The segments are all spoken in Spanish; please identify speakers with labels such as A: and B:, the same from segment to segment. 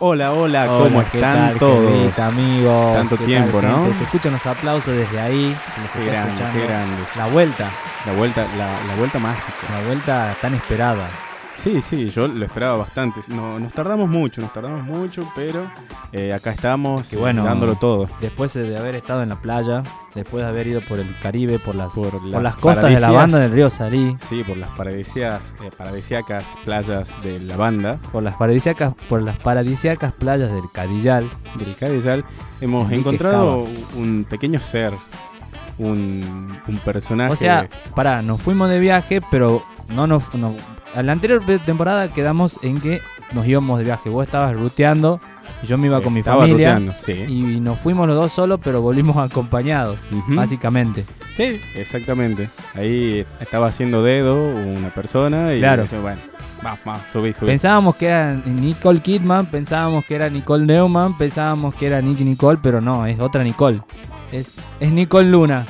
A: Hola, hola,
B: Hola,
A: Ah, ¿cómo
B: ¿qué
A: están
B: tal, qué
A: todos?
B: grita, amigos?
A: Tanto
B: ¿Qué
A: tiempo,
B: tal,
A: ¿no?
B: gente? Se escuchan los aplausos desde ahí. se los
A: Qué
B: está
A: grande,
B: escuchando.
A: qué grande.
B: La vuelta,
A: La vuelta, la, la vuelta mágica.
B: la vuelta tan esperada.
A: Sí, sí, yo lo esperaba bastante. No, nos tardamos mucho, nos tardamos mucho, pero eh, acá estamos
B: que bueno,
A: dándolo todo.
B: Después de haber estado en la playa, después de haber ido por el Caribe, por las,
A: Por
B: por las,
A: las
B: costas de la
A: paradisíacas.
B: banda del río Salí,
A: Sí, por las paradisíacas, eh, paradisíacas playas de la banda
B: por las paradisíacas, por las paradisíacas playas del Cadillal.
A: del Cadillal, hemos
B: Vi que
A: encontrado un pequeño ser, un, un personaje.
B: O sea, pará, nos fuimos de viaje, pero no nos... no- a la anterior pe- temporada quedamos en que nos íbamos de viaje. Vos estabas ruteando, y yo me iba con mi
A: estaba
B: familia.
A: ruteando, sí.
B: Y nos fuimos los dos solos, pero volvimos acompañados,
A: Ujú.
B: básicamente.
A: Sí, exactamente. Ahí estaba haciendo dedo una persona y
B: Claro.
A: dice, bueno, vamos, vamos, subí, subí.
B: Pensábamos que era Nicole Kidman, pensábamos que era Nicole Neumann, pensábamos que era Nicky Nicole, pero no, es otra Nicole. Es, es Nicole Luna.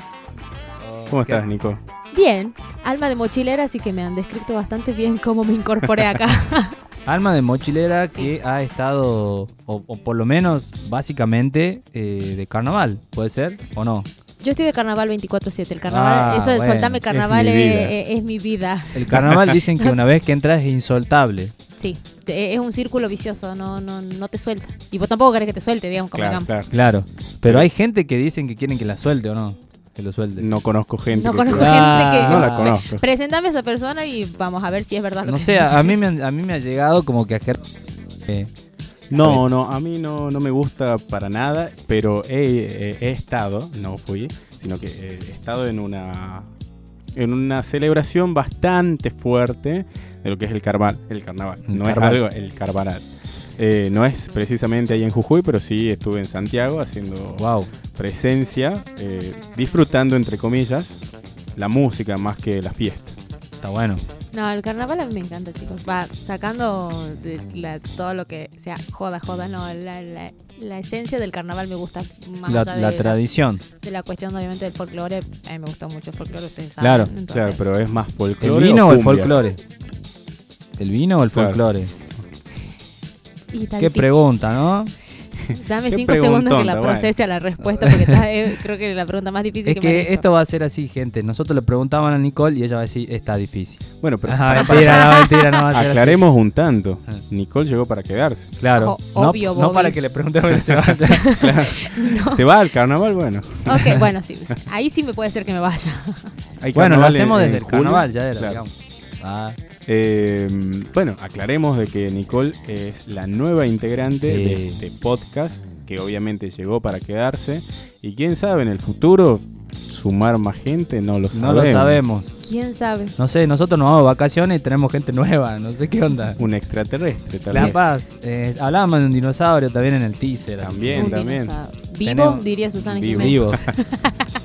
A: ¿Cómo
B: ¿Qué?
A: estás, Nico?
C: Bien, alma de mochilera, así que me han descrito bastante bien cómo me incorporé acá.
B: Alma de mochilera
C: Sí.
B: que ha estado, o, o por lo menos básicamente, eh, de carnaval, ¿puede ser? ¿O no?
C: Yo estoy de carnaval 24-7. El carnaval,
B: Ah,
C: eso de
B: bueno,
C: soltame
B: es
C: carnaval
A: mi
C: es,
A: vida.
C: es- es mi vida.
B: El carnaval dicen que una vez que entras es insoltable.
C: Sí, te- es un círculo vicioso, no, no, no te suelta. Y vos tampoco querés que te suelte, digamos, como
A: Claro,
C: digamos.
A: claro.
B: Claro. Pero hay gente que dicen que quieren que la suelte, ¿o no? Que lo suelte.
A: No conozco gente.
C: No
A: que-
C: conozco
B: Ah,
C: gente que...
A: No la conozco.
C: Pre- Presentame a esa persona y vamos a ver si es verdad lo
B: No
C: que
B: sé, a a mí, me, han- a mí me ha llegado como que a Ger- eh,
A: No, no, a mí no, no me gusta para nada, pero he, eh, he estado, no fui, sino que eh, he estado en una en una celebración bastante fuerte de lo que es el carnaval. El carnaval,
B: El
A: no
B: carnaval.
A: es algo, el carnaval. Eh, no es precisamente ahí en Jujuy, pero sí estuve en Santiago haciendo
B: wow.
A: presencia, eh, disfrutando entre comillas la música más que la fiesta.
B: Está bueno.
C: No, el carnaval a mí me encanta, chicos. Va sacando de la- todo lo que sea joda, joda, no. La, la- la esencia del carnaval me gusta más
B: La,
C: allá de
B: la
C: la-
B: tradición.
C: de la cuestión obviamente del folclore, a mí me gusta mucho el folclore, ustedes saben.
B: Claro,
C: entonces-
A: Claro, pero es más
B: ¿El
A: folclore.
B: vino o el
A: cumbia.
B: folclore? ¿El vino o el
A: Claro.
B: folclore?
C: Y está
B: Qué
C: difícil.
B: pregunta, ¿no?
C: Dame
A: Qué
C: cinco segundos que
A: preguntonta,
C: la
A: bueno.
C: procese a la respuesta, porque está- eh, creo que es la pregunta más difícil
B: Es
C: que, me han
B: que
C: hecho.
B: esto va a ser así, gente. Nosotros le preguntaban a Nicole y ella va a decir, está difícil.
A: Bueno, pero
B: Ah,
A: para-
B: mentira, no, mentira, no va a ser así.
A: aclaremos un tanto.
B: Ah.
A: Nicole llegó para quedarse.
B: Claro.
C: Ojo,
B: No-
C: obvio,
B: no,
C: Bobis.
B: para que le preguntemos a
C: No.
A: ¿Te va al carnaval? Bueno.
C: Ok, bueno, sí, sí. ahí sí me puede ser que me vaya.
A: hay
B: Bueno, lo
A: carnaval
B: hacemos
A: en- en
B: desde el
A: julio.
B: carnaval, ya era,
A: Claro.
B: digamos. Ah,
A: Eh, bueno, aclaremos de que Nicole es la nueva integrante
B: Sí.
A: de este podcast, que obviamente llegó para quedarse. Y quién sabe, en el futuro sumar más gente, no lo
B: no
A: sabemos.
B: lo sabemos.
C: ¿Quién sabe?
B: No sé, nosotros nos vamos de vacaciones y tenemos gente nueva. No sé qué onda.
A: Un extraterrestre tal
B: La
A: vez.
B: Paz, eh, hablábamos de un dinosaurio también en el teaser. así
A: También,
C: Un
A: también.
C: dinosaurio. ¿Vivo?
B: Tenemos-
C: Diría Susana
A: Vivo.
C: Jiménez.
B: Vivo.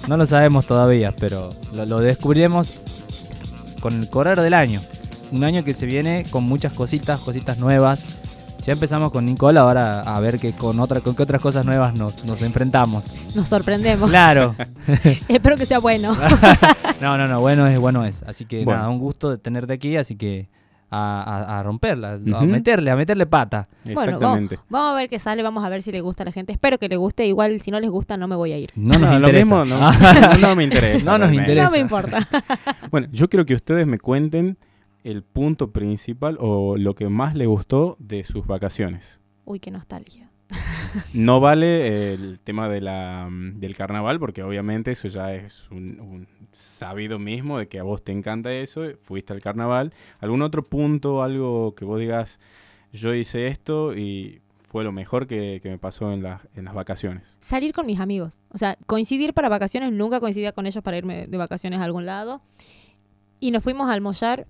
B: No lo sabemos todavía, pero lo, lo descubriremos con el correr del año. Un año que se viene con muchas cositas, cositas nuevas. Ya empezamos con Nicole, ahora a ver que con, otra, con qué otras cosas nuevas nos, nos enfrentamos.
C: Nos sorprendemos.
B: Claro.
C: Espero que sea bueno.
B: No, no, no, bueno es, bueno es. Así que
A: Bueno.
B: nada, un gusto de tenerte aquí, así que a, a- a romperla, a
A: Ujú.
B: meterle, a meterle pata.
C: Bueno,
A: Exactamente.
C: vamos, vamos a ver qué sale, vamos a ver si le gusta a la gente. Espero que le guste, igual si no les gusta no me voy a ir.
B: No nos
A: No, lo
B: interesa.
A: mismo no, no me interesa.
B: No nos
A: realmente.
B: interesa.
C: No me importa.
A: Bueno, yo quiero que ustedes me cuenten el punto principal o lo que más les gustó de sus vacaciones.
C: Uy, qué nostalgia.
A: No vale el tema de la, mm, del carnaval, porque obviamente eso ya es un, un sabido mismo de que a vos te encanta eso, fuiste al carnaval. ¿Algún otro punto, algo que vos digas, yo hice esto y fue lo mejor que, que me pasó en, las- en las vacaciones?
C: salir con mis amigos. O sea, coincidir para vacaciones, nunca coincidía con ellos para irme de vacaciones a algún lado. Y nos fuimos a almorzar,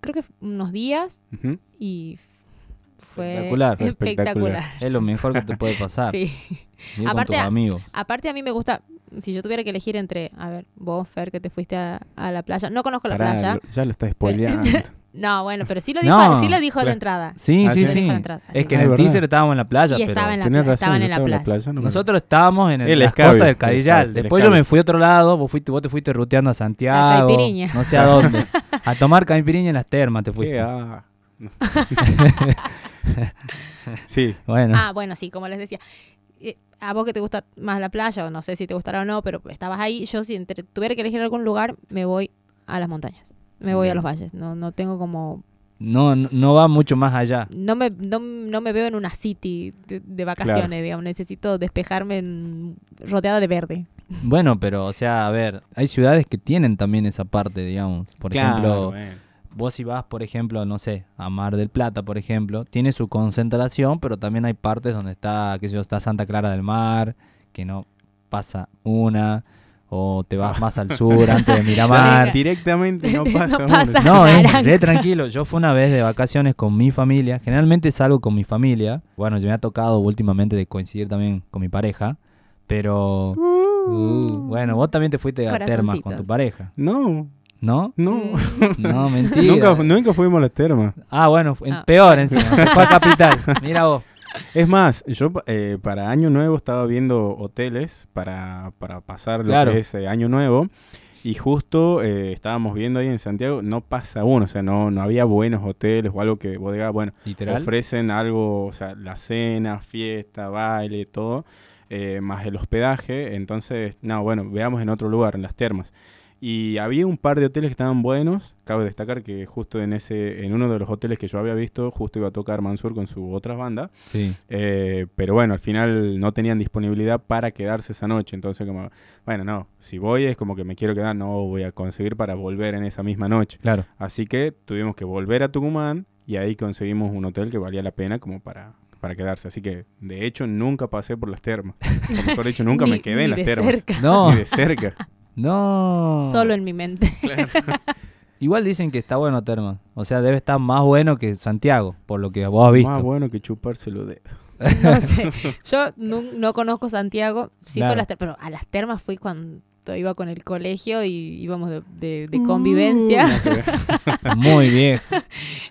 C: creo que f- unos días,
A: Ujú.
C: y fue
B: Espectacular.
C: espectacular.
B: Es lo mejor que te puede pasar.
C: Sí.
B: Ir con
C: Aparte,
B: tus
C: a-
B: amigos.
C: Aparte a mí me gusta, si yo tuviera que elegir entre, a ver, vos, Fer, que te fuiste a, a la playa. No conozco la
A: Pará,
C: playa.
A: lo- ya lo estás spoileando.
C: No, bueno, pero sí lo dijo,
B: No.
C: sí lo dijo de
A: Claro.
C: entrada.
B: Sí,
A: Ah,
B: sí,
A: sí.
B: sí.
C: Dijo la entrada.
B: Es que
A: Ah,
B: en el
A: es verdad.
B: teaser estábamos en la playa,
C: Y
B: pero
C: estaba en la
A: Tenés
C: playa.
A: razón,
C: Estaban
A: yo
C: en la
A: estaba
C: playa.
A: no me-
B: nosotros estábamos en el,
A: El
B: las
A: escabio,
B: costas del
A: el escabio,
B: Cadillal.
A: el
B: Después yo
A: escabio.
B: me fui a otro lado, vos, fuiste, vos te fuiste ruteando a Santiago.
C: caipiriña.
B: No
A: Pues
B: sé a dónde. A tomar caipiriña en las termas te
A: Qué
B: fuiste.
A: a- Sí,
B: Bueno,
C: Ah, bueno, sí, como les decía. eh, A vos que te gusta más la playa, o no sé si te gustará o no, pero estabas ahí. Yo, si entre- tuviera que elegir algún lugar, me voy a las montañas. Me voy a
A: Bien.
C: los valles. No, no tengo como.
B: no, no- no va mucho más allá.
C: No me, no, no me veo en una city de, de vacaciones, digamos. Necesito despejarme en- rodeada de verde.
B: Bueno, pero, o sea, a ver, hay ciudades que tienen también esa parte, digamos. Por ejemplo,
A: claro, eh.
B: vos si vas, por ejemplo, no sé, a Mar del Plata, por ejemplo, tiene su concentración, pero también hay partes donde está, qué sé yo, está Santa Clara del Mar, que no pasa una, o te vas más al sur antes de
A: Ya
B: Miramar.
A: directamente no pasa.
C: No
A: uno.
C: pasa.
B: No, es
C: Naranja.
B: re tranquilo. Yo fui una vez de vacaciones con mi familia. Generalmente salgo con mi familia. Bueno, yo me ha tocado últimamente de coincidir también con mi pareja. Pero. Uh, bueno, vos también te fuiste a termas con tu
C: Mm. Corazoncitos.
B: pareja.
A: No, Mm.
B: ¿No?
C: Mm,
A: no.
B: No, mentira.
A: Nunca, nunca fuimos a las termas.
B: Ah, bueno, fu- en-
C: Ah.
B: peor encima. Se fue a Capital. Mira vos.
A: Es más, yo eh, para Año Nuevo estaba viendo hoteles para, para pasar lo
B: Claro.
A: que es eh, Año Nuevo. Y justo eh, estábamos viendo ahí en Santiago, no pasa uno, o sea, no, no había buenos hoteles o algo que vos digas, bueno,
B: Literal.
A: ofrecen algo, o sea, la cena, fiesta, baile, todo, eh, más el hospedaje. Entonces, no, bueno, veamos en otro lugar, en las termas. Y había un par de hoteles que estaban buenos. Cabe destacar que justo en ese, en uno de los hoteles que yo había visto, justo iba a tocar Mansur con su otra banda.
B: Sí.
A: Eh, pero bueno, al final no tenían disponibilidad para quedarse esa noche. Entonces, como, bueno, no, si voy es como que me quiero quedar, no voy a conseguir para volver en esa misma noche.
B: Claro.
A: Así que tuvimos que volver a Tucumán y ahí conseguimos un hotel que valía la pena como para, para quedarse. Así que, de hecho, nunca pasé por las termas. O mejor dicho, nunca me
C: Ni-
A: quedé en las
C: ni de
A: termas.
C: cerca, Oh.
B: No,
A: Ni de cerca.
B: no.
C: Solo en mi mente.
B: Igual dicen que está bueno Termas. O sea, debe estar más bueno que Santiago, por lo que vos has visto.
A: Más bueno que chupárselo de...
C: No sé. Yo nu- no, conozco Santiago. Sí fue
B: Claro.
C: a las ter- pero a las termas fui cuando iba con el colegio y íbamos de, de- de convivencia.
B: Muy bien.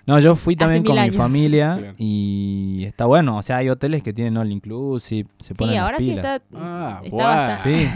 B: No, yo fui también
C: mil
B: con mi
C: años.
B: familia
A: Claro.
B: y está bueno. O sea, hay hoteles que tienen all inclusive, se ponen
C: sí,
B: las
C: ahora sí
B: pilas.
C: está.
A: Ah,
C: está
A: bueno. Ah,
C: bastante-
B: Sí.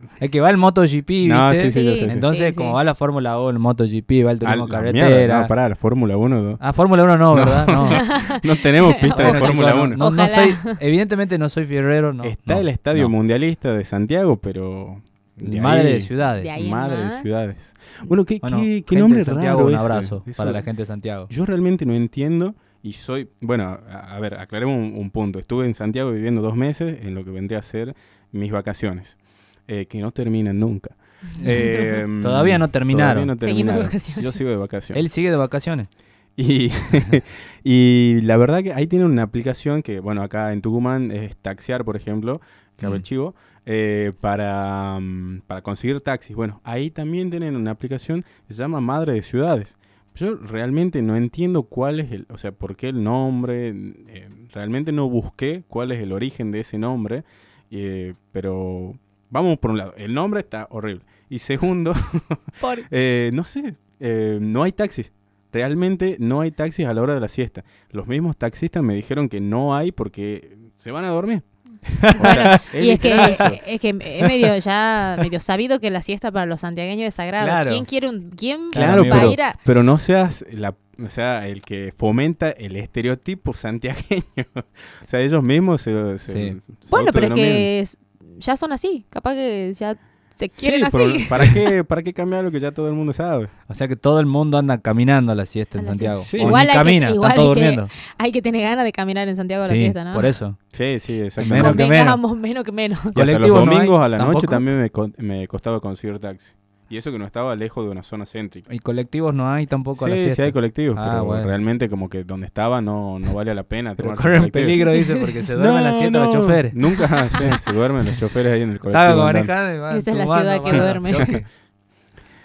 A: No,
B: Es que va el MotoGP,
A: No,
B: ¿viste?
A: sí, sí, yo sé, sí.
B: Entonces,
C: Sí, sí.
B: como va la Fórmula 1, el MotoGP, va el
A: Ah,
B: turismo
A: la
B: carretera.
A: mierda, no, pará, la Fórmula 1. No,
B: Ah, Fórmula 1 no, ¿verdad? No.
C: Ah.
A: No tenemos pista de
B: Bueno,
A: Fórmula
B: chicos,
A: 1.
B: No, no, no soy,
C: Ojalá.
B: evidentemente no soy fierrero. No,
A: Está
B: no,
A: el Estadio
B: no.
A: Mundialista de Santiago, pero... de
B: Madre
A: ahí-
B: de ciudades.
C: De ahí en
A: Madre de
C: más.
A: ciudades. Bueno, qué,
B: Bueno,
A: qué- qué
B: gente de
A: nombre
B: Santiago,
A: raro
B: Un
A: ese.
B: abrazo
A: Eso-
B: para la gente de Santiago.
A: Yo realmente no entiendo y soy, bueno, a, a ver, aclaremos un, un punto. Estuve en Santiago viviendo dos meses en lo que vendría a ser mis vacaciones, eh, que no terminan nunca. Eh,
B: Todavía no terminaron.
A: todavía no
C: Seguimos de
A: terminaron.
C: vacaciones.
A: Yo sigo de vacaciones.
B: Él sigue de vacaciones.
A: Y, y la verdad que ahí tienen una aplicación que, bueno, acá en Tucumán es Taxiar, por ejemplo, cabe el
B: Sí.
A: chivo, eh, para, mm, para conseguir taxis. Bueno, ahí también tienen una aplicación que se llama Madre de Ciudades. Yo realmente no entiendo cuál es el, o sea, por qué el nombre, eh, realmente no busqué cuál es el origen de ese nombre, eh, pero vamos por un lado, el nombre está horrible. Y segundo,
C: Por-
A: eh, no sé, eh, no hay taxis. Realmente no hay taxis a la hora de la siesta. Los mismos taxistas me dijeron que no hay porque se van a dormir. O sea, es
C: y es que, eh,
A: literal eso.
C: es que es medio ya medio sabido que la siesta para los santiagueños es sagrada.
B: Claro.
C: ¿Quién quiere un quién
A: Claro,
C: va a
A: pero,
C: ir a
A: pero no seas la, o sea, el que fomenta el estereotipo santiagueño. O sea, ellos mismos se. se-
B: Sí.
A: se
C: Bueno, pero es
A: autodenominan.
C: que es- ya son así, capaz que ya se
A: Sí,
C: quieren
A: pero
C: así.
A: ¿para, qué, ¿Para qué cambiar lo que ya todo el mundo sabe?
B: O sea que todo el mundo anda caminando a la siesta
C: A
B: en
C: la
B: Santiago.
A: siesta. Sí.
B: O ni
C: Igual hay que-
B: camina,
C: igual
B: están todos
C: hay que-
B: durmiendo.
C: Hay que tener ganas de caminar en Santiago a la
B: Sí,
C: siesta, ¿no?
B: por eso.
A: Sí, sí,
B: Menos
A: exactamente.
B: que
C: Convengamos menos que menos.
A: Y hasta los
B: Colectivos no hay,
A: domingos a la noche
B: tampoco.
A: también me, co- me costaba conseguir taxi. Y eso que no estaba lejos de una zona céntrica.
B: Y colectivos no hay tampoco a la
A: Sí,
B: siesta.
A: sí hay colectivos,
B: Ah,
A: pero
B: bueno.
A: realmente como que donde estaba no, no vale la pena.
B: Pero
A: tomarse
B: corren
A: un colectivo.
B: peligro, dice, porque se duermen a la
A: No,
B: siesta los
A: no,
B: choferes.
A: Nunca sí, se duermen los choferes ahí en el colectivo.
B: Estaba
A: andando.
B: manejando y va
C: Esa es la
B: tumbando,
C: ciudad que
B: bueno,
C: duerme.
B: choque.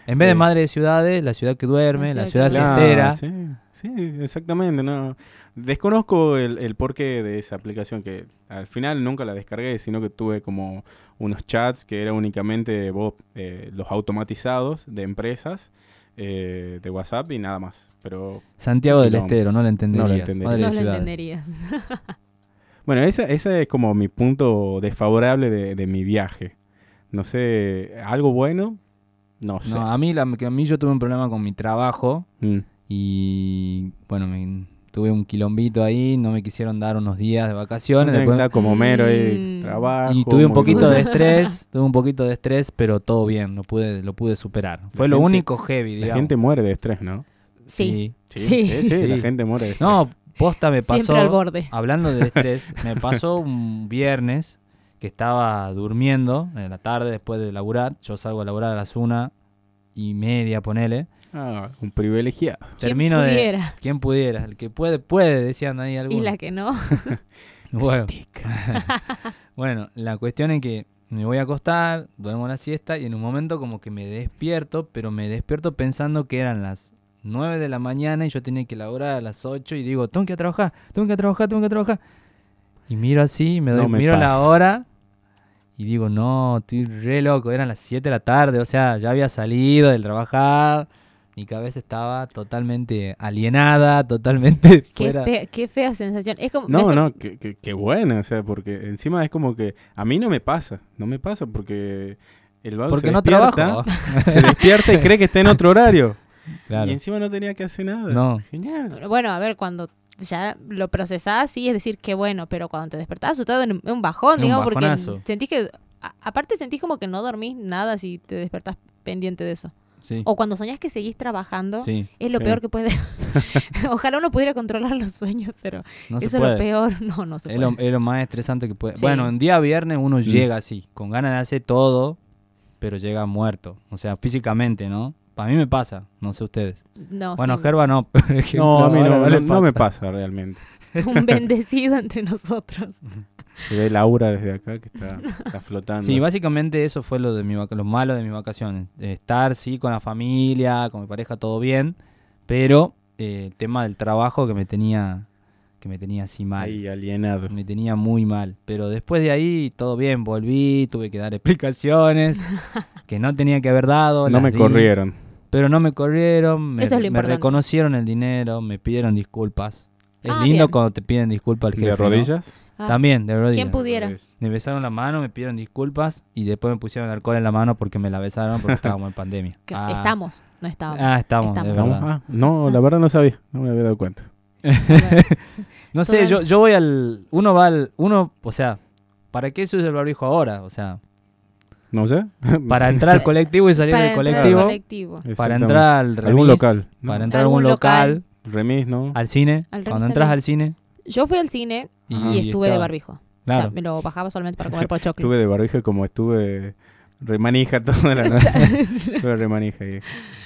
B: En vez de
A: Sí.
B: madre de ciudades, la ciudad que duerme, la
C: La
B: ciudad
C: ciudad que
A: Claro,
B: siestera.
A: sí, sí, exactamente. No. Desconozco el, el porqué de esa aplicación que al final nunca la descargué, sino que tuve como unos chats que era únicamente vos, eh, los automatizados de empresas eh, de WhatsApp y nada más. Pero
B: Santiago del
A: No,
B: Estero, no la entenderías.
A: entendería.
B: Madre de
C: No lo
B: ciudades.
C: entenderías.
A: bueno, ese, ese es como mi punto desfavorable de, de mi viaje. No sé, algo bueno, no sé.
B: No, a mí, la- que a mí yo tuve un problema con mi trabajo
A: Mm,
B: y bueno, me- tuve un quilombito ahí, no me quisieron dar unos días de
A: Uno
B: vacaciones.
A: tiene que
B: después-
A: estar como mero ahí,
C: Mm.
A: trabajo.
B: y tuve un poquito de
A: movimiento.
B: estrés, tuve un poquito de estrés, pero todo bien, lo pude, lo pude superar. Fue lo
A: gente-
B: único heavy,
A: La
B: digamos.
A: gente muere de estrés, ¿no?
C: Sí.
A: sí,
C: Sí.
A: sí, la
B: Sí.
A: gente muere de estrés.
B: No, posta me pasó.
C: Siempre al borde.
B: Hablando de estrés, me pasó un viernes que estaba durmiendo en la tarde después de laburar. Yo salgo a laburar a las una y media, ponele.
A: Ah, un privilegiado.
C: Quien
B: Termino de.
C: pudiera.
B: Quien pudiera, el que puede, puede, decían ahí
C: Y
B: algunos.
C: la que no.
B: Bueno. Bueno, la cuestión es que me voy a acostar, duermo la siesta y en un momento como que me despierto, pero me despierto pensando que eran las 9 de la mañana y yo tenía que laburar a las 8 y digo, tengo que ir a trabajar, tengo que ir a trabajar, tengo que ir a trabajar. Y miro así, me, doy,
A: No me
B: miro la
A: pasa.
B: hora y digo, no, estoy re loco, eran las 7 de la tarde, o sea, ya había salido del trabajar. Mi cabeza estaba totalmente alienada, totalmente
C: Qué
B: fuera.
C: fea, qué fea sensación. Es como. me
A: No,
C: sor-
A: no, que, que, que buena, o sea, porque encima es como que a mí no me pasa, no me pasa porque el vago
B: Porque
A: se
B: no
A: despierta,
B: trabajo.
A: se despierta y cree que está en otro horario.
B: Claro.
A: Y encima no tenía que hacer nada.
B: No.
A: Genial.
C: Bueno, a ver, cuando ya lo procesás, sí, es decir, qué bueno, pero cuando te despertás asustado, es un bajón,
B: Un
C: digamos, porque
B: bajonazo.
C: sentís que. a- aparte, sentís como que no dormís nada si te despertás pendiente de eso.
B: Sí.
C: O cuando soñás que seguís trabajando,
B: Sí,
C: es lo
A: Sí.
C: peor que puede. Ojalá uno pudiera controlar los sueños, pero
B: no se
C: eso es
B: puede.
C: lo peor. No, no se
B: Es
C: puede.
B: lo, es lo más estresante que puede.
C: Sí.
B: Bueno, un día viernes uno llega
A: Mm.
B: así, con ganas de hacer todo, pero llega muerto. O sea, físicamente, ¿no? Para mí me pasa, no sé ustedes.
C: No,
B: bueno,
C: sí,
B: Gerba no, por ejemplo,
A: No, a mí no,
B: ahora le
A: no- no me pasa realmente.
C: un bendecido entre nosotros.
A: Se ve Laura desde acá que está, está flotando.
B: Sí, básicamente eso fue lo, de mi vaca- lo malo de mis vacaciones. Eh, Estar, sí, con la familia, con mi pareja, todo bien, pero eh, el tema del trabajo que me tenía, que me tenía así mal.
A: Ahí alienado.
B: Me tenía muy mal. Pero después de ahí, todo bien, volví, tuve que dar explicaciones que no tenía que haber dado.
A: No
B: las
A: me
B: di,
A: corrieron.
B: Pero no me corrieron, me,
C: Eso es lo
B: me
C: importante.
B: reconocieron el dinero, me pidieron disculpas. Es
C: Ah,
B: lindo
C: bien.
B: cuando te piden disculpas al jefe.
A: ¿De
B: ¿no?
A: rodillas?
C: Ah,
B: También, de rodillas.
C: ¿Quién pudiera?
A: Rodillas.
B: Me besaron la mano, me pidieron disculpas y después me pusieron alcohol en la mano porque me la besaron porque estábamos en pandemia.
C: que-
B: Ah.
C: Estamos, no estábamos.
B: Ah, estamos, de
C: Estamos.
A: Vamos,
B: verdad.
A: ah, no, la verdad no sabía. No me había dado cuenta.
B: No sé,
C: Todas-
B: yo, yo voy al. Uno va al. Uno, o sea, ¿para qué se usa el barbijo ahora? O sea,
A: No sé.
B: para entrar al colectivo y salir
C: para
B: del
C: entrar al
B: colectivo.
C: colectivo.
B: Para
A: Exactamente.
B: entrar al remis,
A: Algún local. ¿no?
B: Para entrar a algún
C: Algún
B: local,
C: local.
A: Remis, ¿no?
B: al cine.
C: Al remis
B: cuando entras
C: también.
B: al cine,
C: Yo fui al cine y,
A: Ajá.
B: Y
C: estuve de
B: estaba-
C: barbijo. O sea,
B: claro.
C: me lo bajaba solamente para comer pochoclo.
A: Estuve de barbijo y como estuve remanija toda la noche. estuve remanija y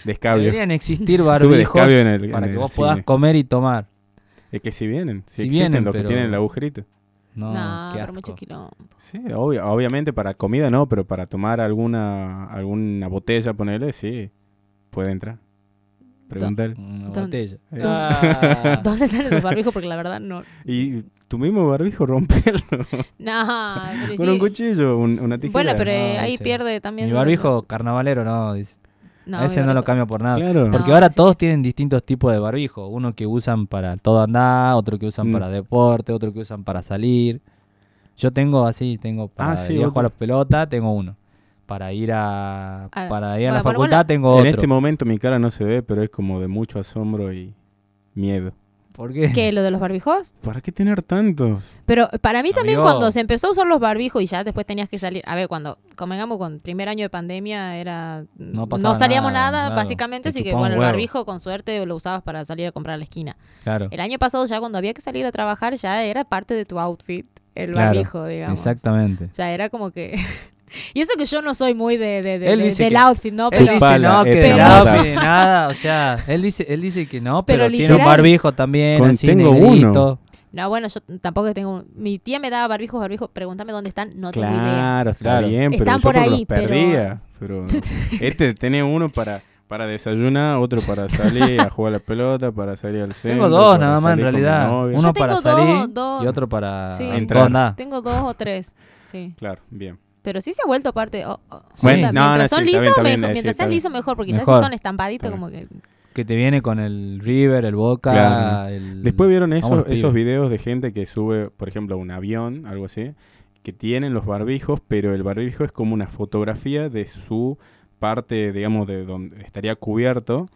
A: descabio.
B: Deberían existir
A: Estuve de
B: barbijos
A: escabio en el-
B: para
A: en
B: que
A: el
B: vos puedas
A: cine.
B: comer y tomar.
A: Es que si vienen, si,
B: Si
A: existen
B: vienen,
A: los que
B: pero-
A: tienen el agujerito.
B: No,
C: No,
B: qué
C: pero
B: asco.
C: mucho quilombo.
A: Sí, obvio- obviamente para comida no, pero para tomar alguna alguna botella, ponerle, sí, puede entrar. Pregúntale.
B: Una
C: ¿Dónde?
B: botella.
A: Eh.
B: Ah.
C: ¿Dónde están esos barbijos? Porque la verdad no.
A: Y tu mismo barbijo rompelo
C: No, pero
A: con
C: sí.
A: un cuchillo, un- una tijera.
C: Bueno, pero eh,
B: No,
C: ahí
B: ese-
C: pierde también.
B: Mi barbijo carnavalero no, dice. A
C: mi
B: ese no lo
C: barbijo-
B: cambio por nada.
A: Claro.
C: No,
B: Porque ahora
C: Ah, sí.
B: todos tienen distintos tipos de barbijo. Uno que usan para todo andar, otro que usan
A: Mm.
B: para deporte, otro que usan para salir. Yo tengo así, tengo para
A: Ah, sí,
B: ir a jugar
A: otro.
B: a la pelota, tengo uno. Para ir a,
C: Ah,
B: para ir a la
C: bueno, bueno,
B: facultad
C: bueno.
B: tengo otro.
A: En este momento mi cara no se ve, pero es como de mucho asombro y miedo.
B: ¿Por qué?
C: ¿Qué? ¿Lo de los barbijos?
A: ¿Para qué tener tantos?
C: Pero para mí también
B: Amigo.
C: cuando se empezó a usar los barbijos y ya después tenías que salir. A ver, cuando convengamos con el primer año de pandemia era
B: No
C: no,
B: pasaba
C: salíamos
B: nada,
C: nada,
B: claro.
C: básicamente,
B: Te
C: así que
B: chupaba un
C: bueno, el
B: huevo.
C: barbijo con suerte lo usabas para salir a comprar a la esquina.
B: Claro.
C: El año pasado ya cuando había que salir a trabajar ya era parte de tu outfit, el
B: Claro,
C: barbijo, digamos.
B: Exactamente.
C: O sea, era como que... y eso que yo no soy muy de, de- de-
B: Él
C: de-
B: dice
C: del
B: que-
C: outfit, ¿no?
B: Él
C: Pero,
B: dice
A: Chupala,
B: no, que de
C: heteronormativa.
B: nada, de nada, o sea, él dice, él dice que no, pero,
C: Pero
B: tiene un
C: literal.
B: barbijo también,
A: Con-
B: así
A: tengo
B: negrito.
C: No, bueno, yo tampoco tengo... un- Mi tía me daba barbijos, barbijos, pregúntame dónde están, no tengo idea.
A: Claro, está
B: Claro.
A: bien, pero
C: Están
A: yo
C: por
A: porque
C: ahí,
A: los
C: pero-
A: perdía. Pero... este tiene uno para, para desayunar, otro para salir a jugar a la pelota, para salir al centro.
B: Tengo dos
A: para
B: nada más en
A: salir con mi
B: realidad.
A: novia.
B: Uno
C: Yo
B: para
C: tengo dos,
B: salir
C: dos.
B: y otro para
C: Sí.
A: Entrar.
B: entrar.
C: Tengo dos o tres, sí.
A: Claro, bien.
C: Pero sí se ha vuelto parte. o- o-
B: Sí. Bueno,
C: onda,
A: no, no,
C: mientras
A: sí, está
C: son lisos,
A: bien, está bien,
C: mejor,
A: sí,
C: mientras
A: está
C: sean
A: bien.
C: lisos, mejor, porque ya
B: Mejor.
C: si son estampaditos,
A: Está
C: como que.
B: que te viene con el River, el Boca,
A: Claro.
B: el...
A: Después vieron esos,
B: Vamos,
A: esos
B: pibe.
A: videos de gente que sube, por ejemplo, un avión, algo así, que tienen los barbijos, pero el barbijo es como una fotografía de su parte, digamos, de donde estaría cubierto.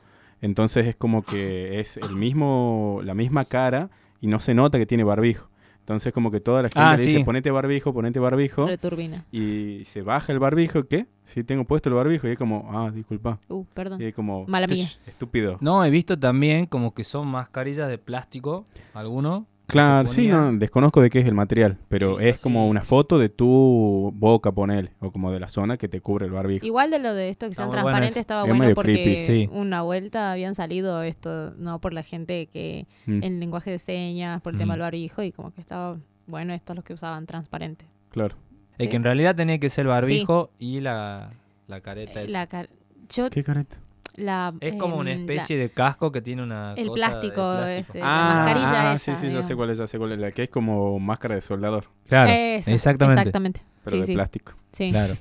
A: Entonces es como que es el mismo, la misma cara y no se nota que tiene barbijo. Entonces como que toda la gente
B: Ah,
A: le dice,
B: sí.
A: ponete barbijo, ponete barbijo.
C: Returbina.
A: Y se baja el barbijo, ¿qué? Sí, tengo puesto el barbijo. Y es como, ah, disculpa.
C: Uh, perdón.
A: Y es como,
C: Mala mía.
A: "Tsh, estúpido.
B: No, he visto también como que son mascarillas de plástico, alguno.
A: Claro,
B: se
A: sí,
B: ponía.
A: no, desconozco de qué es el material, pero
B: Sí,
A: es
B: así.
A: como una foto de tu boca, ponele, o como de la zona que te cubre el barbijo.
C: Igual de lo de esto que
B: Está
C: sean
B: muy bueno
C: transparentes
B: eso.
C: estaba
A: Es
C: bueno
A: medio
C: porque
A: creepy.
B: Sí.
C: una vuelta habían salido esto, ¿no? Por la gente que
A: Mm,
C: en lenguaje de señas, por el
B: Ujú.
C: tema del barbijo y como que estaba bueno estos los que usaban transparente.
A: claro.
B: El
C: Sí.
B: que en realidad tenía que ser el barbijo y la, la careta. esa.
C: Eh, La car- yo
A: ¿Qué careta?
C: la
B: es como una
C: em, la-
B: especie de casco que tiene una. cosa
C: el
B: de
C: plástico, este, La mascarilla
A: Ah, ah,
C: esa,
A: sí, sí, ya
C: digamos.
A: sé cuál es, ya sé cuál es, la que es como máscara de soldador,
B: Claro,
C: Esa,
B: exactamente.
C: Exactamente.
A: pero
C: sí,
A: de
C: sí,
A: plástico.
C: sí.
B: Claro.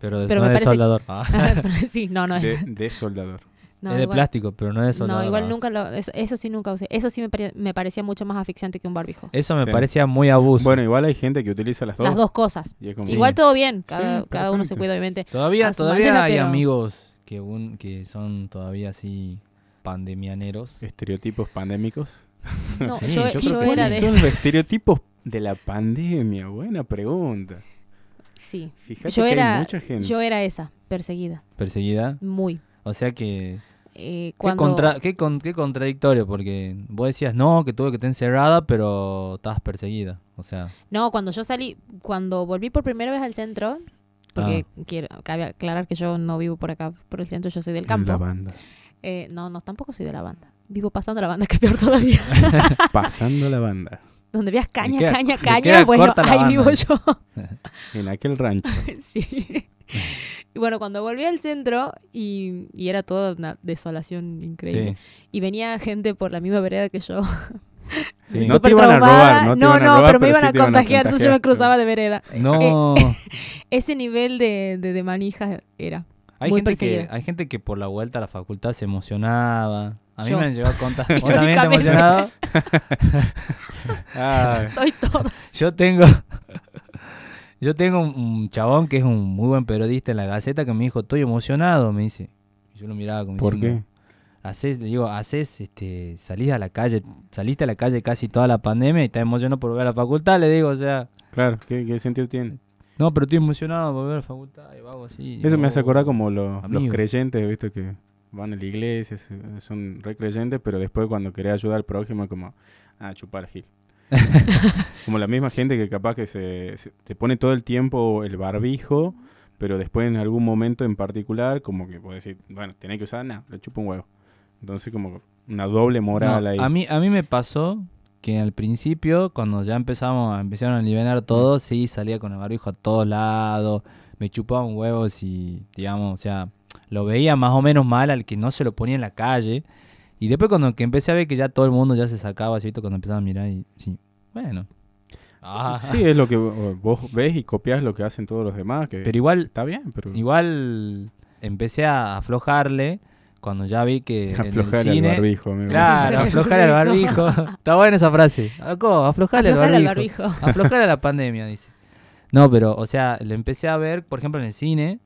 B: Pero, de-
C: Pero
B: no
C: me
B: es de
C: parece-
B: soldador. Ah,
C: Pero sí, no, no es.
A: De, de soldador.
C: no,
B: es de
C: igual-
B: plástico, pero no es de
C: No,
B: soldador.
C: igual
B: ah.
C: nunca lo. Eso, eso sí nunca usé. Eso sí me, pare- me parecía mucho más asfixiante que un barbijo.
B: Eso me
A: Sí.
B: parecía muy abuso.
A: Bueno, igual hay gente que utiliza las dos.
C: Las dos cosas.
A: Y es como,
B: Sí.
C: Igual todo bien. Cada,
A: Sí,
C: cada uno se
A: perfecto.
C: cuida, obviamente.
B: todavía
C: a su
B: todavía
C: manera,
B: hay
C: pero-
B: amigos que, un, que son todavía así pandemianeros.
A: Estereotipos pandémicos.
C: No,
B: Sí,
C: yo,
B: yo creo
C: yo
B: que
C: era
A: ¿Cuáles
C: de
A: son
C: eso.
A: los estereotipos de la pandemia? Buena pregunta.
C: Sí.
A: Fíjate
C: Yo
A: que hay
C: era,
A: mucha gente.
C: yo era esa, perseguida.
B: Perseguida.
C: Muy.
B: O sea que.
C: Eh,
B: Qué,
C: cuando,
B: contra- qué con- qué contradictorio, porque vos decías no, que tuve que estar encerrada, pero estabas perseguida. O sea,
C: No, cuando yo salí, cuando volví por primera vez al centro, porque
B: Ah.
C: quiero cabe aclarar que yo no vivo por acá, por el centro, yo soy del
A: En la
C: campo.
A: banda.
C: Eh, no, no, tampoco soy de la banda. Vivo pasando la banda, que es peor todavía.
A: Pasando la banda.
C: Donde veas caña,
B: queda-
C: caña,
B: le queda
C: caña, bueno,
B: corta la
C: ahí
B: banda.
C: vivo yo.
A: En aquel rancho.
C: sí. Y bueno, cuando volví al centro y, y era toda una desolación increíble.
B: sí.
C: Y venía gente por la misma vereda que yo.
A: No
B: sí.
A: te
C: súper
A: iban a
C: traumada.
A: robar, no te
C: no,
A: iban a
C: no,
A: robar,
C: pero me
A: pero
C: iban
A: sí
C: a
A: te iban a
C: contagiar, entonces yo me
A: contagiar.
C: cruzaba de vereda.
B: No,
C: Ese nivel de, de, de manijas era.
B: hay,
C: muy
B: gente que,
C: perseguida.
B: hay gente que por la vuelta a la facultad se emocionaba. A mí
C: Yo.
B: me han llegado contas. ¿Vos también te
C: Irónicamente.
B: emocionado?
C: Soy todo.
B: Yo tengo. Yo tengo un- un chabón que es un muy buen periodista en la Gaceta que me dijo, estoy emocionado, me dice. Y Yo lo miraba como
A: ¿Por
B: diciendo,
A: qué?
B: Hacés, le digo, haces, este, salís a la calle, saliste a la calle casi toda la pandemia y estás emocionado por volver a la facultad, le digo, o sea,
A: Claro, ¿qué, qué sentido tiene?
B: no, pero estoy emocionado por volver a la facultad y hago así.
A: Eso me hace
B: no.
A: acordar como los, los
B: amigo.
A: creyentes, ¿viste? Que van a la iglesia, se- son re creyentes, pero después cuando querés ayudar al prójimo, es como, ah, chupar Gil. como la misma gente que capaz que se, se, se pone todo el tiempo el barbijo, pero después en algún momento en particular, como que puede decir, bueno, tenés que usar, nada, le chupo un huevo. Entonces, como una doble moral
B: No,
A: ahí.
B: A mí, a mí me pasó que al principio, cuando ya empezamos, empezaron a liberar todo, sí, salía con el barbijo a todos lados, me chupaba un huevo si, digamos, o sea, lo veía más o menos mal al que no se lo ponía en la calle. Y después cuando que empecé a ver que ya todo el mundo ya se sacaba, ¿cierto? Cuando empezaba a mirar y, sí, bueno. Ah,
A: Sí, es lo que vo- vos ves y copias lo que hacen todos los demás, que
B: Pero igual,
A: está bien, pero...
B: igual empecé a aflojarle cuando ya vi que eh, en el
A: Aflojar el,
B: cine...
A: barbijo, amigo.
B: Claro, aflojar el barbijo. Está buena esa frase. Aco, aflojale el
C: Aflojale al
B: barbijo.
C: barbijo.
B: Aflojar a la pandemia, dice. No, pero, o sea, lo empecé a ver, por ejemplo, en el cine,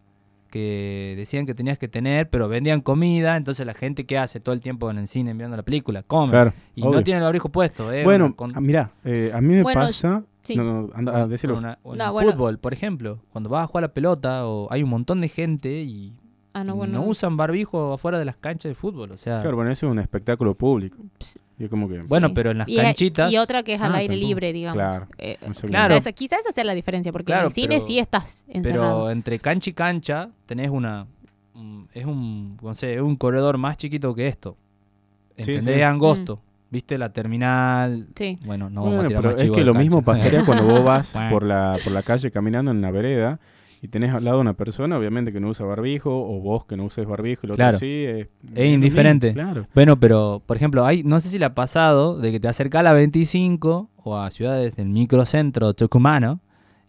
B: que decían que tenías que tener, pero vendían comida, entonces la gente que hace todo el tiempo en el cine mirando la película, come.
A: Claro,
B: y
A: obvio.
B: no tiene el barbijo puesto. eh,
A: Bueno,
B: con-
A: ah, mirá, eh, a mí me
C: Bueno,
A: pasa...
C: sí.
A: No, no, anda, ah, decilo.
B: con una- o en
C: No,
B: el
C: bueno.
B: fútbol, por ejemplo, cuando vas a jugar a la pelota o hay un montón de gente y
C: Ah,
B: y
C: no,
B: no,
C: bueno.
B: usan barbijo afuera de las canchas de fútbol, o sea...
A: Claro, bueno, eso es un espectáculo público.
C: Ps.
A: Y es como que...
B: Bueno, pero en las
C: Y-
B: canchitas...
C: Y otra que es al
A: Ah,
C: aire
A: tampoco.
C: libre, digamos.
A: Claro.
C: Eh,
A: no sé
B: Claro.
A: qué.
C: quizás, quizás esa sea la diferencia, porque
B: Claro,
C: en el cine
B: pero-
C: sí estás encerrado.
B: Pero entre cancha y cancha tenés una. mm, Es un. No sé, es un corredor más chiquito que esto.
A: Sí,
B: ¿Entendés?
A: sí.
C: Mm.
B: Angosto. ¿Viste la terminal?
C: Sí.
B: Bueno, no vamos
A: Bueno,
B: a tirar
A: pero
B: más
A: es
B: chivo
A: que
B: de
A: lo
B: cancha.
A: mismo pasaría cuando vos vas
B: Bueno.
A: por la, por la calle caminando en la vereda y tenés al lado una persona, obviamente, que no usa barbijo, o vos que no uses barbijo y lo
B: Claro.
A: otro sí. Es,
B: Es indiferente.
A: Claro.
B: Bueno, pero, por ejemplo, hay, no sé si le ha pasado de que te acercás a la 25 o a ciudades del microcentro tucumano